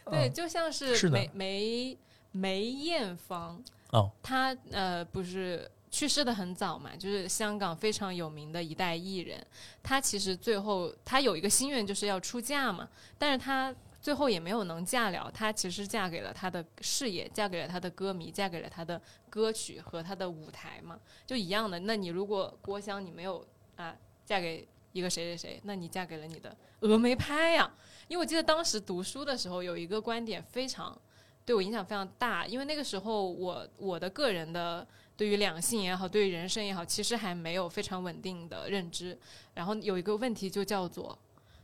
S1: 对，
S2: 嗯，
S1: 就像
S2: 是
S1: 是
S2: 的
S1: 梅梅梅艳芳，
S2: 哦，
S1: 她呃不是去世的很早嘛，就是香港非常有名的一代艺人。她其实最后她有一个心愿就是要出嫁嘛，但是她最后也没有能嫁了。她其实嫁给了她的事业，嫁给了她的歌迷，嫁给了她的歌曲和她的舞台嘛，就一样的。那你如果郭襄你没有啊嫁给一个谁谁谁，那你嫁给了你的峨眉派呀、因为我记得当时读书的时候有一个观点非常对我影响非常大，因为那个时候我我的个人的对于两性也好，对于人生也好，其实还没有非常稳定的认知。然后有一个问题就叫做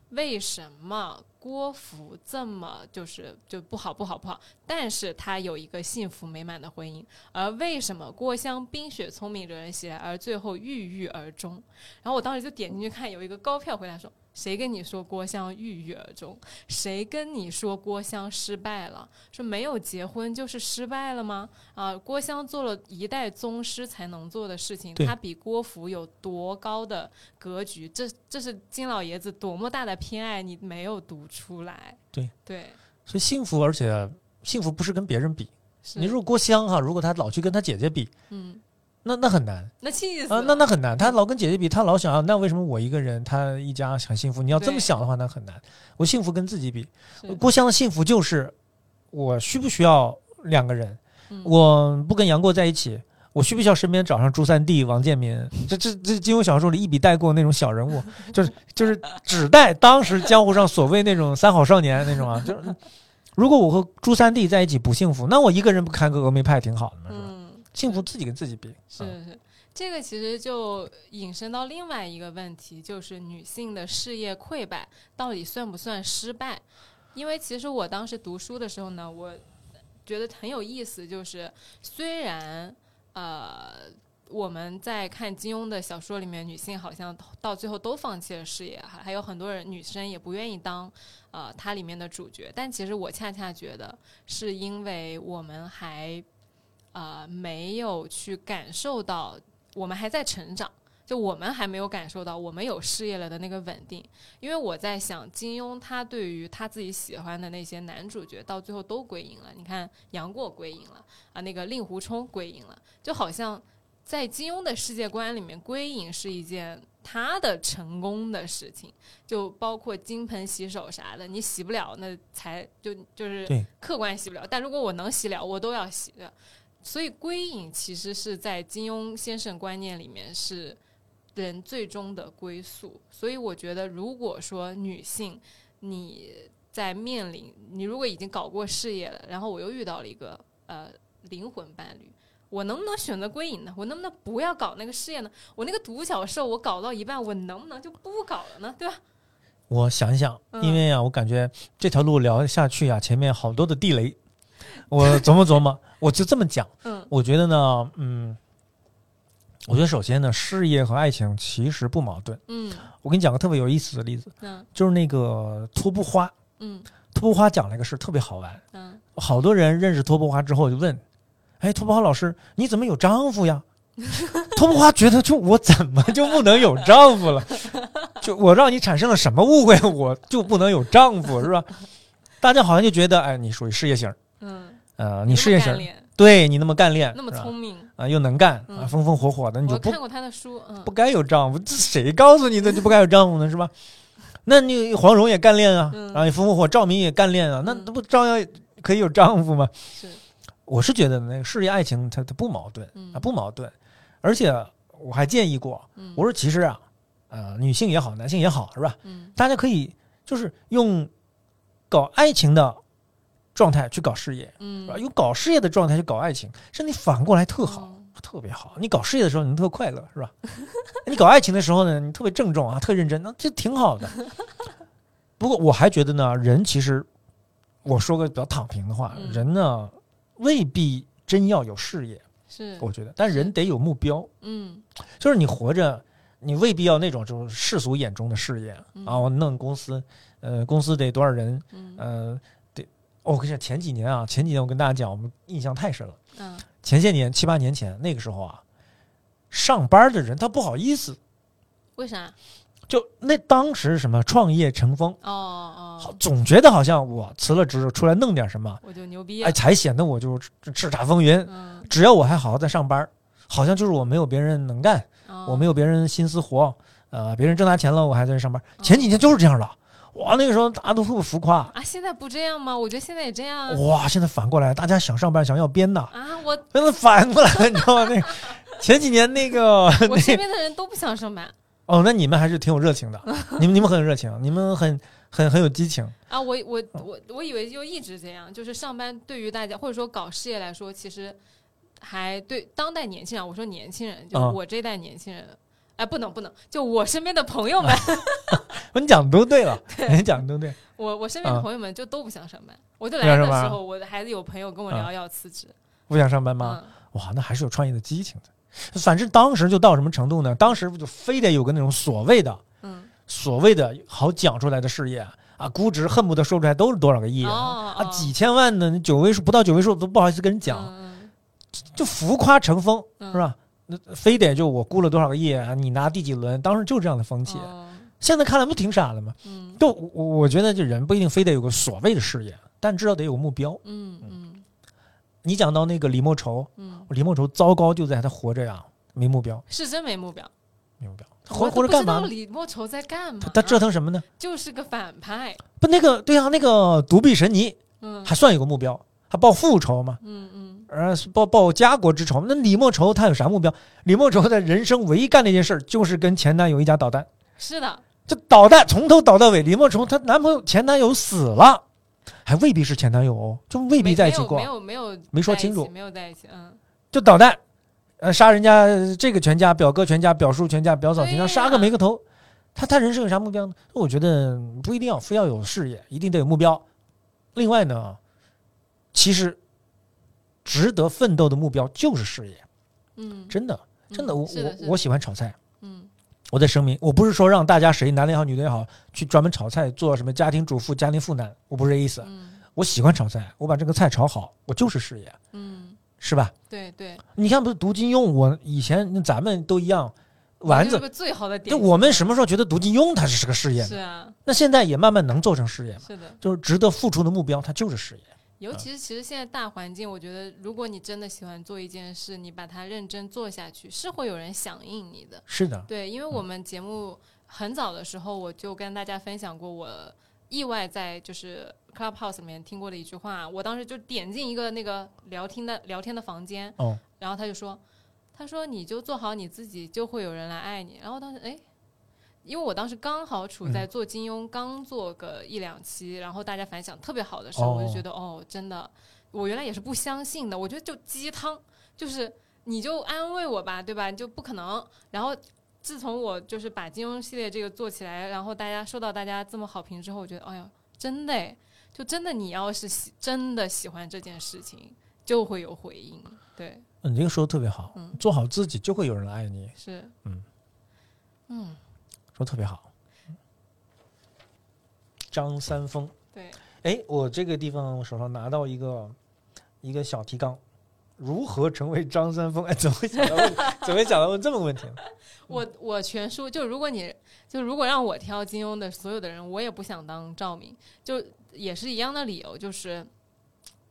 S1: 为什么郭芙这么就是就不好不好不好，但是她有一个幸福美满的婚姻，而为什么郭襄冰雪聪明惹人喜爱，而最后郁郁而终？然后我当时就点进去看，有一个高票回答说。谁跟你说郭襄郁郁而终？谁跟你说郭襄失败了？说没有结婚就是失败了吗？啊，郭襄做了一代宗师才能做的事情，
S2: 对
S1: 他比郭芙有多高的格局？这这是金老爷子多么大的偏爱，你没有读出来。
S2: 对
S1: 对，
S2: 所以幸福，而且幸福不是跟别人比。
S1: 是
S2: 你如果郭襄哈，如果她老去跟她姐姐比，
S1: 嗯，
S2: 那那很难
S1: 那气死
S2: 啊
S1: 了、，
S2: 那那很难。她老跟姐姐比，她老想要那为什么我一个人，她一家很幸福？你要这
S1: 对
S2: 么想的话，那很难。我幸福跟自己比，
S1: 是
S2: 郭襄的幸福就是我需不需要两个人？
S1: 嗯
S2: 我不跟杨过在一起，我需不需要身边找上朱三弟、王建民？这这这金庸小说里一笔带过那种小人物，就是就是只带当时江湖上所谓那种三好少年那种啊，就是。如果我和朱三弟在一起不幸福，那我一个人不看个峨眉派挺好的嘛，是吧？
S1: 嗯，
S2: 幸福自己跟自己比，
S1: 是
S2: 嗯
S1: 是，这个其实就引申到另外一个问题，就是女性的事业溃败到底算不算失败？因为其实我当时读书的时候呢，我觉得很有意思，就是虽然呃。我们在看金庸的小说里面，女性好像到最后都放弃了事业，还还有很多人女生也不愿意当，呃，它里面的主角。但其实我恰恰觉得，是因为我们还呃没有去感受到，我们还在成长，就我们还没有感受到我们有事业了的那个稳定。因为我在想，金庸他对于他自己喜欢的那些男主角，到最后都归隐了。你看杨过归隐了啊，那个令狐冲归隐了，就好像在金庸的世界观里面，归隐是一件。他的成功的事情，就包括金盆洗手啥的，你洗不了，那才就就是
S2: 对
S1: 客观洗不了。但如果我能洗了，我都要洗的。所以归隐其实是在金庸先生观念里面是人最终的归宿。所以我觉得，如果说女性你在面临你如果已经搞过事业了，然后我又遇到了一个呃灵魂伴侣。我能不能选择归隐呢？我能不能不要搞那个事业呢？我那个独角兽，我搞到一半，我能不能就不搞了呢？对吧？
S2: 我想一想，
S1: 嗯
S2: 因为啊，我感觉这条路聊下去啊，前面好多的地雷，我琢磨琢磨，我就这么讲。
S1: 嗯
S2: 我觉得呢，嗯，我觉得首先呢，事业和爱情其实不矛盾。
S1: 嗯
S2: 我给你讲个特别有意思的例子，
S1: 嗯
S2: 就是那个托布花，
S1: 嗯
S2: 托布花讲了一个事儿特别好玩，
S1: 嗯
S2: 好多人认识托布花之后就问，哎，托布花老师，你怎么有丈夫呀？ 托布花觉得，就我怎么就不能有丈夫了？ 就我让你产生了什么误会，我就不能有丈夫是吧？大家好像就觉得，哎，你属于事业型，
S1: 嗯，
S2: 呃，
S1: 那
S2: 你
S1: 么
S2: 事业
S1: 干
S2: 型，
S1: 练
S2: 对你那么干练，
S1: 那么
S2: 是吧
S1: 聪明，
S2: 啊，又能干啊，
S1: 嗯
S2: 风风火火的，你就
S1: 我
S2: 不
S1: 看过他的书，嗯
S2: 不该有丈夫，这谁告诉你的就不该有丈夫呢？是吧？那你黄蓉也干练啊，
S1: 嗯
S2: 然后风风火，赵敏也干练啊，那
S1: 嗯
S2: 不照样可以有丈夫吗？
S1: 是
S2: 我是觉得那个事业爱情它它不矛盾
S1: 嗯
S2: 啊，不矛盾，而且我还建议过，
S1: 嗯
S2: 我说其实啊，呃，女性也好，男性也好，是吧？
S1: 嗯
S2: 大家可以就是用搞爱情的状态去搞事业，是
S1: 嗯
S2: 吧？用搞事业的状态去搞爱情，甚至反过来啊特好。
S1: 嗯
S2: 特别好。你搞事业的时候，你特快乐，是吧？ 你搞爱情的时候呢，你特别郑重啊，特认真，那这挺好的。不过我还觉得呢，人其实，我说个比较躺平的话，
S1: 嗯
S2: 人呢未必真要有事业，
S1: 是
S2: 我觉得，但人得有目标，
S1: 嗯
S2: 就是你活着，你未必要那种就是世俗眼中的事业
S1: 嗯
S2: 啊，我弄公司，呃，公司得多少人，
S1: 嗯
S2: 呃，得，哦我跟你讲，前几年啊，前几年我跟大家讲，我们印象太深了。
S1: 嗯
S2: 前些年七八年前那个时候啊，上班的人他不好意思，
S1: 为啥？
S2: 就那当时什么创业成风，
S1: 哦
S2: 好
S1: 哦，
S2: 总觉得好像我辞了职出来弄点什么，
S1: 我就牛逼
S2: 哎，
S1: 了，
S2: 才显得我就叱咤风云。
S1: 嗯，
S2: 只要我还好好在上班，好像就是我没有别人能干，
S1: 哦
S2: 我没有别人心思活，呃，别人挣大钱了，我还在这上班。前几年就是这样的，哇，那个时候大家都特别浮夸，
S1: 啊，现在不这样吗？我觉得现在也这样啊
S2: 哇，现在反过来，大家想上班想要编呐，
S1: 啊， 我
S2: 现在反过来，你知道吗？那 个前几年那个
S1: 我身边的人都不想上班
S2: 哦，那你们还是挺有 热情的，你们你们很热情，你们很很很有激情。
S1: 啊，我我
S2: 哦
S1: 我我以为就一直这样，就是上班对于大家或者说搞事业来说，其实还对当代年轻人，我说年轻人，就
S2: 啊
S1: 我这一代年轻人。哎，不能不能！就我身边的朋友们，
S2: 啊你讲的都对 了，你讲的都对。
S1: 我我身边的
S2: 啊
S1: 朋友们就都不想上班。我就
S2: 不
S1: 来
S2: 想
S1: 的
S2: 上班
S1: 时
S2: 啊
S1: 候，我的孩子有朋友跟我聊要辞职，
S2: 不想上班吗？
S1: 嗯，
S2: 哇，那还是有创业的激情的。反正当时就到什么程度呢？当时不就非得有个那种所谓的
S1: 嗯，
S2: 所谓的好讲出来的事业啊，估值恨不得说出来都是多少个亿啊。
S1: 哦
S2: 啊，几千万的九位数不到九位数都不好意思跟人讲，
S1: 嗯
S2: 就浮夸成风
S1: 嗯
S2: 是吧？那非得就我估了多少个亿，啊你拿第几轮？当时就这样的风气，
S1: 哦
S2: 现在看来不挺傻的吗？
S1: 嗯
S2: 就我我我觉得，这人不一定非得有个所谓的事业，但至少得有个目标。
S1: 嗯嗯
S2: 你讲到那个李莫愁，
S1: 嗯，
S2: 李莫愁糟糕就在他活着呀，没目标，
S1: 是真没目标，
S2: 没目标，
S1: 我
S2: 活
S1: 都
S2: 活着
S1: 不
S2: 干
S1: 知
S2: 嘛
S1: 道啊
S2: 呢？
S1: 李莫愁在干嘛？
S2: 他他折腾什么呢？
S1: 就是个反派，
S2: 不，那个对啊，那个独臂神尼
S1: 嗯
S2: 还算有个目标，他报复仇嘛，
S1: 嗯嗯，
S2: 呃，报报家国之仇。那李莫愁他有啥目标？李莫愁在人生唯一干的一件事儿就是跟前男友一家捣蛋，
S1: 是的，
S2: 这捣蛋从头捣到尾。李莫愁她男朋友前男友死了，还未必是前男友哦，就未必
S1: 没
S2: 在一起
S1: 没
S2: 过。
S1: 有没有没有
S2: 没说
S1: 在一起
S2: 清楚
S1: 没有在一起，嗯，
S2: 就捣蛋，呃，杀人家呃这个全家、表哥全家、表叔全家、表嫂全
S1: 对呀
S2: 家，杀个没个头。他他人生有啥目标呢？我觉得不一定要非要有事业，一定得有目标。另外呢，其实值得奋斗的目标就是事业，
S1: 嗯，
S2: 真的，真的，
S1: 嗯
S2: 我
S1: 是的是
S2: 我
S1: 的
S2: 我喜欢炒菜。
S1: 嗯
S2: 我在声明，我不是说让大家谁男的也好，女的也好，去专门炒菜做什么家庭主妇、家庭妇男，我不是这意思。
S1: 嗯
S2: 我喜欢炒菜，我把这个菜炒好，我就是事业，
S1: 嗯，
S2: 是吧？
S1: 对对，
S2: 你看，不是读金庸，我以前那咱们都一样，丸
S1: 就是
S2: 子。
S1: 个最好的点
S2: 就
S1: 子，
S2: 我们什么时候觉得读金庸它是是个事业
S1: 是
S2: 呢？
S1: 啊，
S2: 那现在也慢慢能做成事业嘛，
S1: 是的，
S2: 就是值得付出的目标，它就是事业。
S1: 尤其是其实现在大环境，我觉得如果你真的喜欢做一件事，你把它认真做下去，是会有人响应你的。
S2: 是的，
S1: 对，因为我们节目很早的时候，我就跟大家分享过，我意外在就是 Clubhouse 里面听过的一句话。我当时就点进一个那个聊天的聊天的房间，
S2: 哦，
S1: 然后他就说，他说你就做好你自己，就会有人来爱你。然后当时哎。因为我当时刚好处在做金庸，刚做个一两期，然后大家反响特别好的时候，我就
S2: 哦
S1: 觉得哦，真的，我原来也是不相信的，我觉得就鸡汤，就是你就安慰我吧，对吧？就不可能。然后自从我就是把金庸系列这个做起来，然后大家受到大家这么好评之后，我觉得，哎呀，真的诶，就真的你要是喜真的喜欢这件事情，就会有回应。对，
S2: 你这个说的特别好
S1: 嗯，
S2: 做好自己就会有人爱你，
S1: 是，
S2: 嗯
S1: 嗯
S2: 说得特别好。张三丰，
S1: 对，
S2: 哎，我这个地方我手上拿到一个一个小提纲，如何成为张三丰？哎，怎么会想到问 怎么会想到问这么个问题呢？
S1: 我我全书就如果你就如果让我挑金庸的所有的人，我也不想当赵敏，就也是一样的理由，就是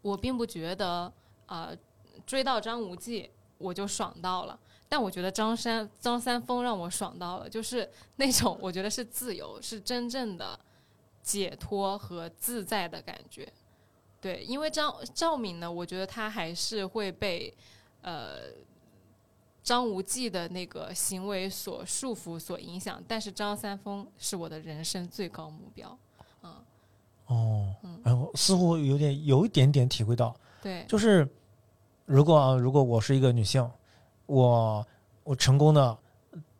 S1: 我并不觉得啊、呃追到张无忌我就爽到了。但我觉得张三张三丰让我爽到了，就是那种我觉得是自由，是真正的解脱和自在的感觉。对，因为张赵敏呢，我觉得他还是会被呃张无忌的那个行为所束缚、所影响，但是张三丰是我的人生最高目标。嗯，
S2: 哦
S1: 嗯，
S2: 哎，我似乎有点有一点点体会到。
S1: 对，
S2: 就是如果啊，如果我是一个女性，我我成功的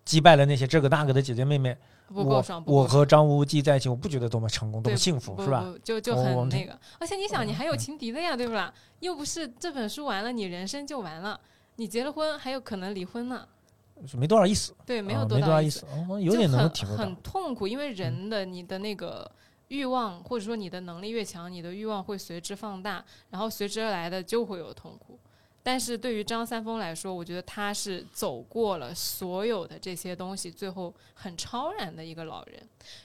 S2: 击败了那些这个那个的姐姐妹妹，
S1: 不够
S2: 我
S1: 爽，不够
S2: 我和张无忌在一起，我不觉得多么成功，多
S1: 对
S2: 么幸福，
S1: 不
S2: 是吧？
S1: 不就就
S2: 我我
S1: 很
S2: 们
S1: 那个，而且你想，你还有
S2: 嗯
S1: 情敌的呀，对不啦？又不是这本书完了，你人生就完了，你结了婚还有可能离婚呢，
S2: 就没多少意思，
S1: 对，没
S2: 啊
S1: 有
S2: 没
S1: 多
S2: 多少
S1: 大
S2: 意
S1: 思，
S2: 思，哦有点
S1: 就
S2: 能够
S1: 很
S2: 体会到嗯
S1: 很。痛苦，因为人的你的那个欲望或者说你的能力越强，你的欲望会随之放大，然后随之而来的就会有痛苦。但是对于张三丰来说，我觉得他是走过了所有的这些东西，最后很超然的一个老人。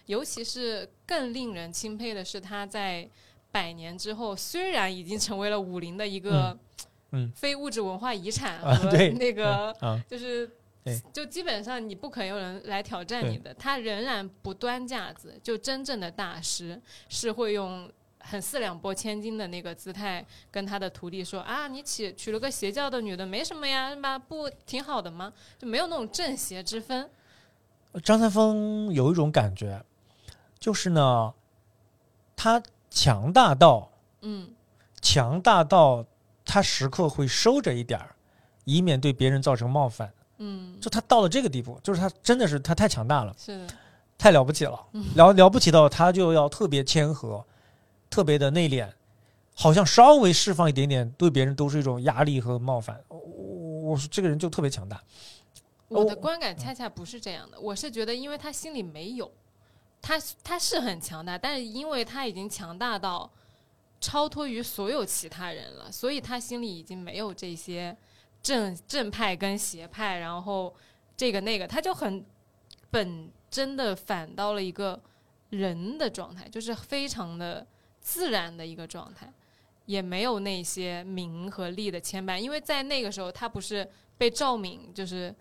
S1: 尤其是更令人钦佩的是，他在百年之后，虽然已经成为了武林的一个
S3: 嗯嗯
S1: 非物质文化遗产
S3: 啊
S1: 和
S3: 对
S1: 那
S2: 嗯
S1: 个
S3: 啊，
S1: 就是
S3: 对，
S1: 就基本上你不可能有人来挑战
S3: 对
S1: 你的，他仍然不端架子。就真正的大师是会用很四两拨千斤的那个姿态跟他的徒弟说啊，你娶娶了个邪教的女的没什么呀，是吧？不挺好的吗？就没有那种正邪之分。
S2: 张三丰有一种感觉，就是呢，他强大到
S1: 嗯，
S2: 强大到他时刻会收着一点儿，以免对别人造成冒犯。
S1: 嗯，
S2: 就他到了这个地步，就是他真的是他太强大了，
S1: 是的，
S2: 太了不起了，
S1: 嗯
S2: 了了不起到他就要特别谦和，特别的内敛，好像稍微释放一点点，对别人都是一种压力和冒犯。我我我说这个人就特别强大，
S1: 我的
S2: 哦
S1: 观感恰恰不是这样的，我是觉得，因为他心里没有，他他是很强大，但是因为他已经强大到超脱于所有其他人了，所以他心里已经没有这些正正派跟邪派，然后这个那个，他就很本真的反到了一个人的状态，就是非常的自然的一个状态。也没有那些名和利的牵绊，因为在那个时候，他不是被赵敏就是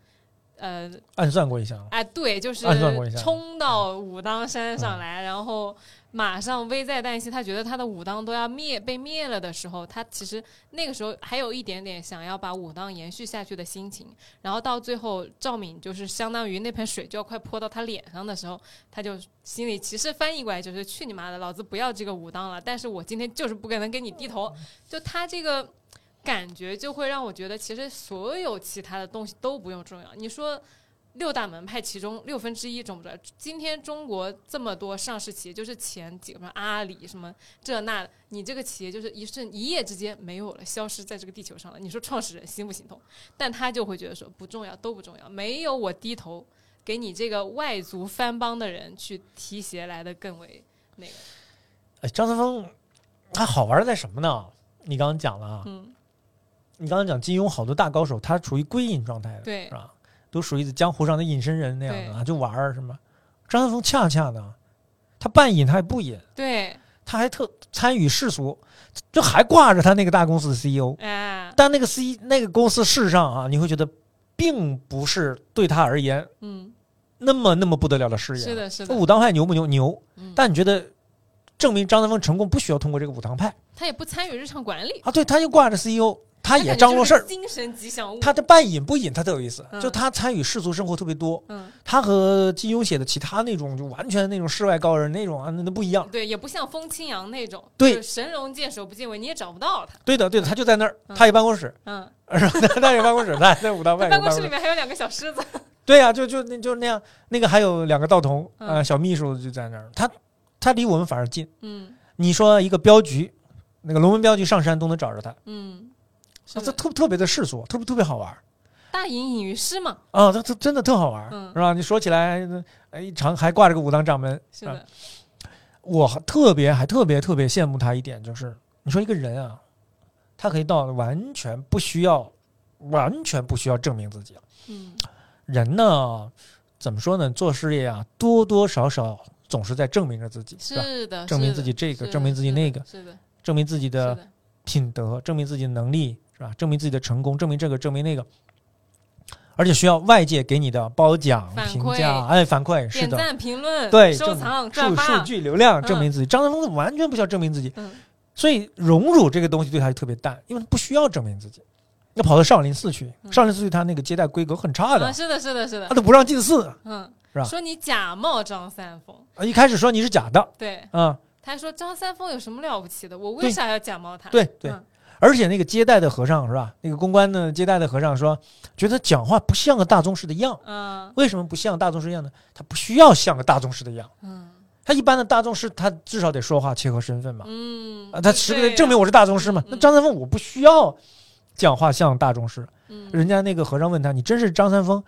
S1: 呃
S2: 暗算过一下啊。
S1: 哎，对，就是
S2: 暗算过一下嗯
S1: 冲到武当山上来，然后马上危在旦夕，他觉得他的武当都要灭被灭了的时候，他其实那个时候还有一点点想要把武当延续下去的心情，然后到最后赵敏就是相当于那盆水就要快泼到他脸上的时候，他就心里其实翻译过来就是去你妈的，老子不要这个武当了，但是我今天就是不可能给你低
S2: 嗯
S1: 头，就他这个。感觉就会让我觉得，其实所有其他的东西都不用重要。你说六大门派其中六分之一中不中？今天中国这么多上市企业，就是前几个什么阿里什么这那的，你这个企业就是一瞬一夜之间没有了，消失在这个地球上了。你说创始人心不心痛？但他就会觉得说不重要，都不重要，没有我低头给你这个外族番邦的人去提携来的更为那个。
S2: 哎，张三丰他好玩儿在什么呢？你刚刚讲了啊，
S1: 嗯，
S2: 你刚刚讲金庸好多大高手，他处于归隐状态的，
S1: 对
S2: 是吧？都属于江湖上的隐身人那样的啊，就玩儿什么。张三丰恰恰呢，他半隐他也不隐，
S1: 对，
S2: 他还特参与世俗，就还挂着他那个大公司的 CEO。
S1: 哎，
S2: 但那个 C 那个公司事实上啊，你会觉得并不是对他而言
S1: 嗯，
S2: 那么那么不得了的事业。
S1: 是的，是
S2: 说
S1: 的，
S2: 武当派牛不牛？牛。
S1: 嗯
S2: 但你觉得证明张三丰成功不需要通过这个武当派？
S1: 他也不参与日常管理，
S2: 啊，对，他就挂着 CEO，他也张罗事
S1: 感
S2: 儿
S1: 觉，就是精神吉祥物。
S2: 他的半隐不隐，他特有意思，
S1: 嗯
S2: 就他参与世俗生活特别多。
S1: 嗯。
S2: 他和金庸写的其他那种就完全那种世外高人那种啊，那那不一样。
S1: 对，也不像风清扬那种，
S2: 对
S1: 就是神龙见首不见尾，你也找不到他。
S2: 对的，对的，他就在那儿，
S1: 嗯
S2: 他有办公室，
S1: 嗯，
S2: 然后他他有办公室，他在武当
S1: 他
S2: 派
S1: 办
S2: 有办
S1: 公
S2: 公
S1: 室里
S2: 室。
S1: 面还有两个小狮子。
S2: 对啊呀、就就那就那样，那个还有两个道童
S1: 嗯
S2: 啊、呃小秘书就在那儿，他他离我们反而近。
S1: 嗯
S2: 你说一个镖局，那个龙门镖局上山都能找着他，
S1: 嗯，
S2: 啊
S1: 是
S2: 这
S1: 的，
S2: 特特别的世俗，特别特别好玩。
S1: 大隐隐于市嘛，
S2: 啊，他他真的特好玩儿，
S1: 嗯
S2: 是吧？你说起来，哎，一长还挂着个武当掌门，
S1: 是
S2: 啊
S1: 的，
S2: 我还特别还特别特别羡慕他一点，就是你说一个人啊，他可以到完全不需要，完全不需要证明自己。
S1: 嗯
S2: 人呢，怎么说呢？做事业啊，多多少少总是在证明着自己，吧？
S1: 是的，
S2: 证明
S1: 是
S2: 自
S1: 的
S2: 己这个，
S1: 是的
S2: 证明自己
S1: 是的
S2: 那个，
S1: 是的，是
S2: 证明自己的
S1: 的，
S2: 品德，证明自己的能力，是吧？证明自己的成功，证明这个，证明那个，而且需要外界给你的褒奖、
S1: 反
S2: 评
S1: 馈
S2: 价，哎，反馈是
S1: 点
S2: 的，
S1: 赞、评论、
S2: 对，
S1: 收
S2: 证
S1: 藏、转
S2: 数数
S1: 发，
S2: 据流量
S1: 嗯
S2: 证明自己。张三丰完全不需要证明自己，
S1: 嗯
S2: 所以荣辱这个东西对他就特别淡，因为他不需要证明自己。要跑到少林寺去，
S1: 嗯
S2: 少林寺去他那个接待规格很差
S1: 啊，
S2: 的，
S1: 是的，是的，是
S2: 他
S1: 的，
S2: 都不让进寺。
S1: 嗯
S2: 是吧，
S1: 说你假冒张三丰，
S2: 啊一开始说你是假的
S1: 对，
S2: 啊，
S1: 他还说张三丰有什么了不起的，我为
S2: 对
S1: 啥要假冒他？
S2: 对对
S1: 嗯。
S2: 而且那个接待的和尚是吧？那个公关的接待的和尚说，觉得讲话不像个大宗师的样。
S1: 嗯
S2: 为什么不像大宗师一样呢？他不需要像个大宗师的样。
S1: 嗯
S2: 他一般的大宗师，他至少得说话切合身份嘛。
S1: 嗯，
S2: 啊，他
S1: 是
S2: 实
S1: 这
S2: 个证明
S1: 样，
S2: 我是大宗师嘛
S1: 嗯。
S2: 那
S1: 嗯
S2: 张三丰我不需要讲话像大宗师。
S1: 嗯，
S2: 人家那个和尚问他：“你真是张三丰？”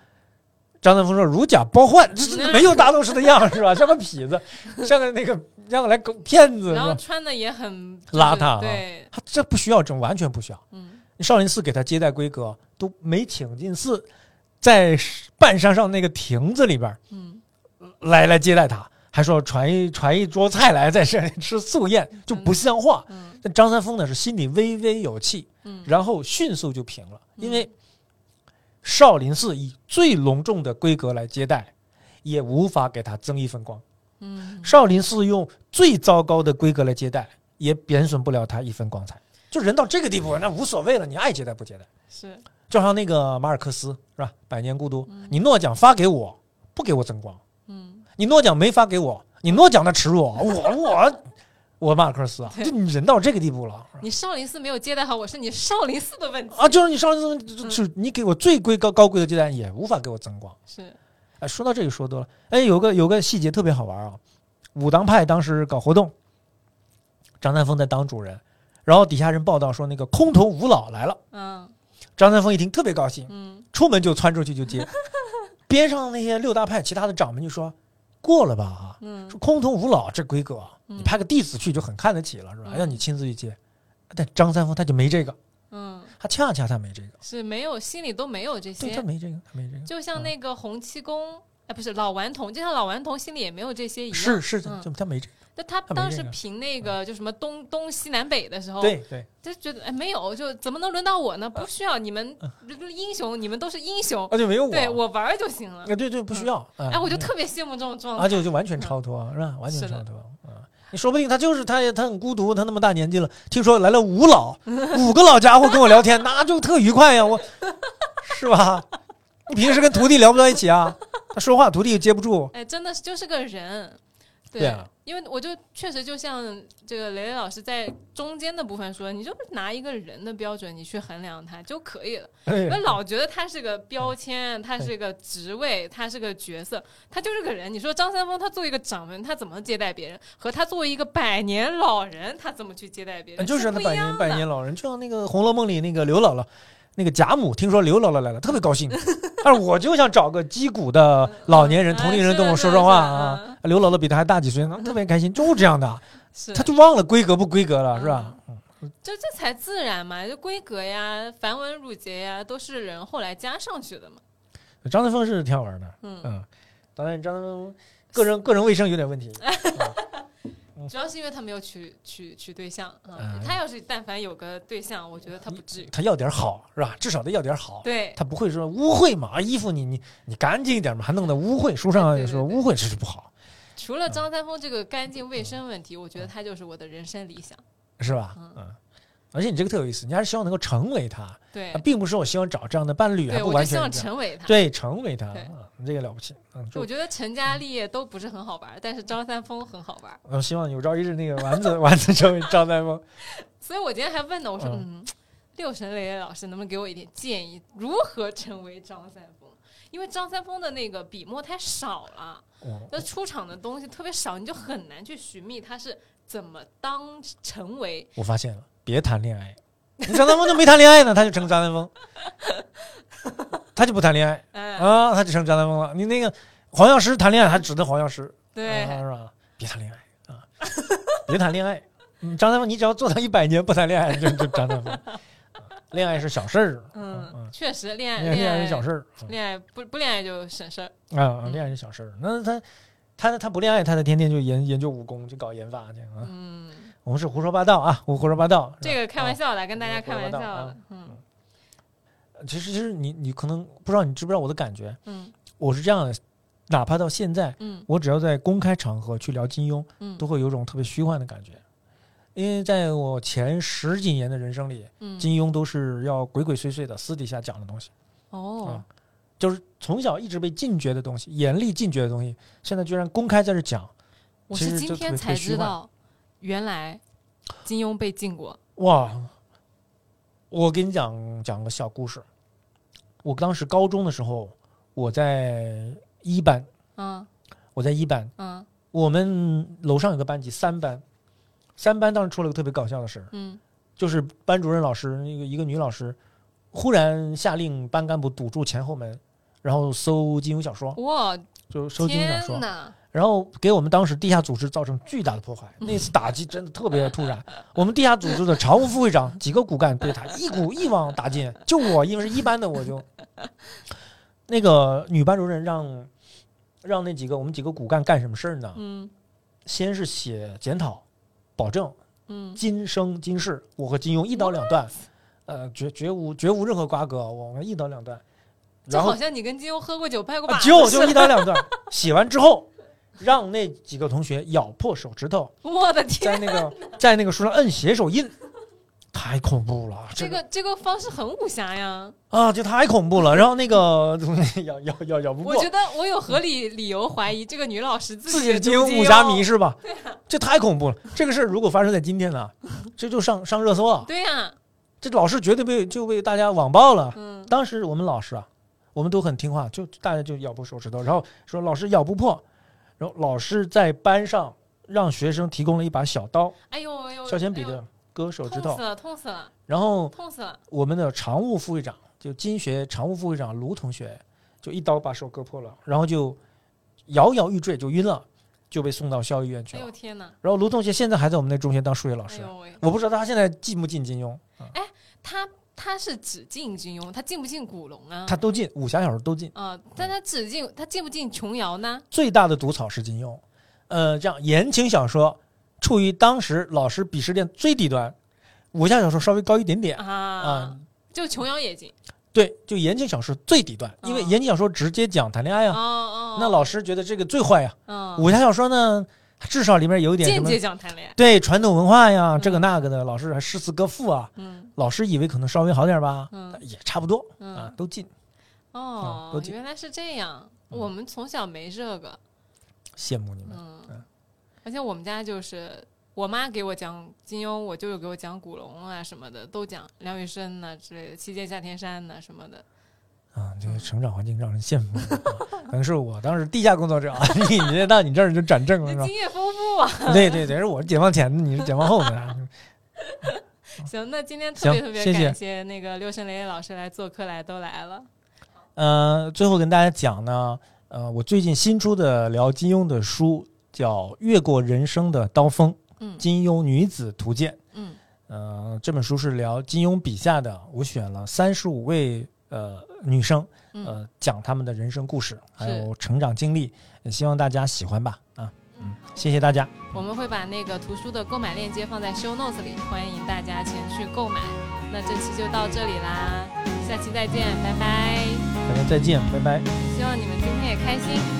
S2: 张三丰说：“如假包换， 这这没有大宗师的 样是吧？像个痞子，像个那个像个来狗骗子是
S1: 然后
S2: 吧？
S1: 穿的也很就是
S2: 邋遢啊
S1: 对，
S2: 他这不需要，这完全不需要。
S1: 嗯
S2: 少林寺给他接待规格都没请进寺，在半山上那个亭子里边儿
S1: 嗯，
S2: 来来接待他，还说传一传一桌菜来在这里吃素宴，就不像话。
S1: 嗯
S2: 但张三丰呢是心里微微有气，
S1: 嗯，
S2: 然后迅速就平了，因为
S1: 嗯
S2: 少林寺以最隆重的规格来接待，也无法给他增一分光。
S1: 嗯，
S2: 少林寺用最糟糕的规格来接待，也贬损不了他一分光彩。就人到这个地步，那无所谓了，你爱接待不接待。
S1: 是，
S2: 就好像那个马尔克斯是吧，《百年孤独》
S1: 嗯，
S2: 你诺奖发给我，不给我增光；
S1: 嗯，
S2: 你诺奖没发给我，你诺奖的耻辱我，我我我马尔克斯啊，
S1: 对
S2: 就你人到这个地步了。
S1: 你少林寺没有接待好我，是你少林寺的问题。
S2: 啊，就是你上次就是你给我最贵高高贵的鸡蛋，也无法给我增光。
S1: 是，
S2: 哎，说到这个说多了，哎，有个有个细节特别好玩啊。武当派当时搞活动，张三丰在当主人，然后底下人报道说那个空头吴老来了，
S1: 嗯
S2: 张三丰一听特别高兴，
S1: 嗯
S2: 出门就窜出去就接。边上那些六大派其他的掌门就说：“过了吧啊，
S1: 嗯
S2: 说空头吴老这规格，你
S1: 嗯
S2: 派个弟子去就很看得起了，是吧？
S1: 嗯
S2: 让你亲自去接。”但张三丰他就没这个，
S1: 嗯，
S2: 他恰恰他没这个，
S1: 是没有心里都没有这
S2: 对他
S1: 些，
S2: 没这个，他没这个。
S1: 就像
S2: 嗯
S1: 那个洪七公。哎，不是老顽童，就像老顽童心里也没有这些一样。
S2: 是是，
S1: 嗯
S2: 就他没这个。
S1: 那他
S2: 他没
S1: 当
S2: 这
S1: 时
S2: 个
S1: 评那个就什么东东西南北的时候，
S2: 对对，
S1: 就觉得哎没有，就怎么能轮到我呢？不需要你们英雄，你们都是英雄，
S2: 啊，就没有我。
S1: 对我玩儿就行了。
S2: 啊，对对，不需要。
S1: 哎，我就
S2: 没有
S1: 特别羡慕这种状态。
S2: 啊，就就完全超脱，是吧？完全
S1: 是的
S2: 超脱啊！你说不定他就是他也，他很孤独，他那么大年纪了，听说来了 五老，五个老家伙跟我聊天，那就特愉快呀，我是吧？你平时跟徒弟聊不到一起啊，他说话徒弟也接不住，
S1: 哎，真的是就是个人，对
S2: 对啊
S1: 因为我就确实就像这个雷雷老师在中间的部分说，你就拿一个人的标准你去衡量他就可以了。我
S2: 哎
S1: 老觉得他是个标签，他是个职位，他是个角色，他就是个人。你说张三丰他作为一个掌门，他怎么接待别人？和他作为一个百年老人，他怎么去接待别人？
S2: 嗯就是
S1: 是
S2: 他
S1: 不一
S2: 百
S1: 样
S2: 年
S1: 的
S2: 百年老人，就像那个《红楼梦》里那个刘姥姥，那个贾母，听说刘姥姥来了，特别高 兴，但是我就想找个击鼓的老年
S1: 嗯
S2: 人、同龄人
S1: 哎
S2: 跟我
S1: 是
S2: 说
S1: 的
S2: 说话
S1: 是的嗯
S2: 啊。刘姥姥比他还大几岁，特别开心，就是这样的。啊
S1: 是
S2: 他就忘了规格不规格
S1: 嗯
S2: 了，是吧？
S1: 这这才自然嘛，就规格呀、繁文缛节呀，都是人后来加上去的嘛。
S2: 张三丰是挺好玩的，
S1: 嗯，
S2: 嗯，当然张三丰个人个人卫生有点问题，
S1: 主要是因为他没有娶娶娶对象啊、
S2: 嗯
S1: 他要是但凡有个对象，我觉得他不至于。
S2: 他要点好是吧？至少得要点好，
S1: 对，
S2: 他不会说污秽嘛，啊衣服你你你干净一点嘛，还弄得污秽。书上也说
S1: 对对
S2: 污秽这是不好，
S1: 除
S2: 嗯
S1: 了张三丰这个干净卫生问题，我觉得他就是我的人生理想。
S2: 是吧？
S1: 嗯
S2: 嗯，而且你这个特有意思，你还是希望能够成为他，
S1: 对
S2: 啊，并不是我希望找这样的伴侣，还啊
S1: 对，
S2: 不
S1: 我就
S2: 完
S1: 希
S2: 全
S1: 望
S2: 是这样
S1: 成为他。
S2: 对成为他，
S1: 对
S2: 啊你这个了不起，嗯，
S1: 我
S2: 祝
S1: 觉得成家立业都不是很好玩，但是张三丰很好玩。
S2: 我希望有朝一日那个丸子 丸子成为张三丰，
S1: 所以我今天还问呢，我说，
S2: 嗯
S1: 嗯，六神磊磊老师能不能给我一点建议，如何成为张三丰？因为张三丰的那个笔墨太少了，
S2: 嗯
S1: 那出场的东西特别少，你就很难去寻觅他是怎么当成为。
S2: 我发现了，别谈恋爱。你张三丰都没谈恋爱呢，他就成张三丰，他就不谈恋爱
S1: 哎，
S2: 啊，他就成张三丰了。你那个黄药师谈恋爱，还指的黄药师，
S1: 对，
S2: 啊、是吧？别谈恋爱啊， 别谈恋爱。嗯张三丰，你只要做到一百年不谈恋爱，就就张三丰。啊恋爱是小事儿，
S1: 嗯
S2: 嗯，
S1: 确实，恋爱
S2: 嗯，恋爱
S1: 爱
S2: 是小事儿
S1: 恋爱不不恋爱就省事儿。
S2: 嗯啊，恋爱是小事儿。那他他他不恋爱，他他天天就研研究武功，就搞研发去啊。
S1: 嗯，
S2: 我们是胡说八道啊，我胡说八道。是吧
S1: 这个开玩笑的，跟大家
S2: 我
S1: 开玩
S2: 我知
S1: 笑
S2: 道啊
S1: 的。嗯
S2: 其实，其实你你可能不知道，你知不知道我的感觉？
S1: 嗯
S2: 我是这样的，哪怕到现在，
S1: 嗯
S2: 我只要在公开场合去聊金庸，
S1: 嗯
S2: 都会有种特别虚幻的感觉。因为在我前十几年的人生里，
S1: 嗯，
S2: 金庸都是要鬼鬼祟祟的私底下讲的东西，
S1: 哦
S2: 啊，就是从小一直被禁绝的东西，严厉禁绝的东西，现在居然公开在这讲，
S1: 我
S2: 其
S1: 是
S2: 实
S1: 今
S2: 就特
S1: 天
S2: 别
S1: 才
S2: 虚
S1: 知
S2: 幻
S1: 道，原来金庸被禁过。
S2: 哇！我给你讲讲个小故事。我当时高中的时候，我在一班，
S1: 嗯
S2: 我在一班，
S1: 嗯
S2: 我们楼上有个班级三班，三班当时出了个特别搞笑的事儿，
S1: 嗯
S2: 就是班主任老师那个一个女老师，忽然下令班干部堵住前后门，然后搜金庸小说，
S1: 哇，
S2: 哦就搜金庸小
S1: 天
S2: 说，啊
S1: 哪！
S2: 然后给我们当时地下组织造成巨大的 破坏。那次打击真的特别突然，我们地下组织的常务副会长几个骨干被他一股一网打尽，就我因为是一班的，我就那个女班主任让让那几个我们几个骨干干什么事儿呢？
S1: 嗯
S2: 先是写检讨、保证，
S1: 嗯
S2: 今生今世，我和金庸一刀两断，呃，绝绝无绝无任何瓜葛，我们一刀两断。
S1: 就
S2: 然后
S1: 好像你跟金庸喝过酒拍过
S2: 啊
S1: 把
S2: 就
S1: 子似
S2: 就
S1: 的。
S2: 一刀两断，写完之后，让那几个同学咬破手指头，
S1: 我的天，
S2: 在那个在那个书上摁写手印，太恐怖了，
S1: 这
S2: 这
S1: 个这个方式很武侠呀！
S2: 啊，这太恐怖了。然后那个咬咬咬咬不
S1: 我
S2: 过
S1: 觉，得我有合理理由怀疑这个女老师
S2: 自
S1: 自
S2: 己
S1: 己哦读
S2: 经武
S1: 金
S2: 侠
S1: 庸
S2: 迷。是吧？
S1: 啊
S2: 这太恐怖了。这个事儿如果发生在今天呢，这就上上热搜啊，
S1: 对呀、
S2: 这老师绝对被就被大家网暴了。
S1: 嗯
S2: 当时我们老师啊，我们都很听话，就大家就咬破手指头，然后说老师咬不破，然后老师在班上让学生提供了一把小刀，
S1: 哎呦哎呦，
S2: 削铅笔
S1: 哎呦
S2: 的割手指
S1: 痛
S2: 头
S1: 死。了，痛死了，
S2: 然后
S1: 痛死了！
S2: 我们的常务副会长，就金学常务副会长卢同学，就一刀把手割破了，然后就摇摇欲坠，就晕了，就被送到校医院去
S1: 哎
S2: 了
S1: 呦。天哪！
S2: 然后卢同学现在还在我们那中学当数学老
S1: 哎
S2: 师，
S1: 呦喂，
S2: 我不知道他现在进不进金庸，啊
S1: 他他是只进金庸，他进不进古龙啊？
S2: 他都进，武侠小说都进。
S1: 啊、但他只进他进不进琼瑶呢？
S2: 最大的毒草是金庸。呃，这样言情小说处于当时老师鄙视链最底端，武侠小说稍微高一点点
S1: 啊，
S2: 啊、
S1: 就琼瑶也进。
S2: 对，就言情小说最底端，因为
S1: 啊
S2: 言情小说直接讲谈恋爱
S1: 哦
S2: 啊，
S1: 哦，
S2: 那老师觉得这个最坏呀、
S1: 嗯，
S2: 武侠小说呢，至少里面有一点什
S1: 间
S2: 么
S1: 接讲谈恋爱。
S2: 对传统文化呀，
S1: 嗯
S2: 这个那个的，老师还诗词歌赋啊，
S1: 嗯
S2: 老师以为可能稍微好点吧，
S1: 嗯
S2: 也差不多啊
S1: 嗯，
S2: 都进。啊都
S1: 哦，
S2: 进
S1: 原来是这样。
S2: 嗯
S1: 我们从小没这个，
S2: 羡慕你们，
S1: 嗯
S2: 嗯，
S1: 而且我们家就是我妈给我讲金庸，我舅舅给我讲古龙啊什么的，都讲梁羽生呐、之类的，《七剑下天山、呐什么的。嗯
S2: 啊，这个成长环境让人羡慕， 啊可能是我当时地下工作者啊， 你你这到你这儿就转正了
S1: 那
S2: 是吧
S1: 经？验丰富 啊！
S2: 对对对，是我是解放前的，你是解放后的啊。
S1: 行，那今天特别
S2: 行
S1: 特别
S2: 谢谢
S1: 感谢那个六神磊磊老师来做客，来都来了。
S2: 呃，最后跟大家讲呢，呃，我最近新出的聊金庸的书叫《越过人生的刀锋：
S1: 嗯
S2: 金庸女子图鉴》。
S1: 嗯
S2: 呃，这本书是聊金庸笔下的，我选了三十五位呃女生，
S1: 嗯，
S2: 呃，讲她们的人生故事，还
S1: 是
S2: 有成长经历，也希望大家喜欢吧。啊，嗯，谢谢大家。
S1: 我们会把那个图书的购买链接放在 show notes 里，欢迎大家前去购买。那这期就到这里啦，下期再见，拜拜！
S2: 大家再见，拜拜。
S1: 希望你们今天也开心。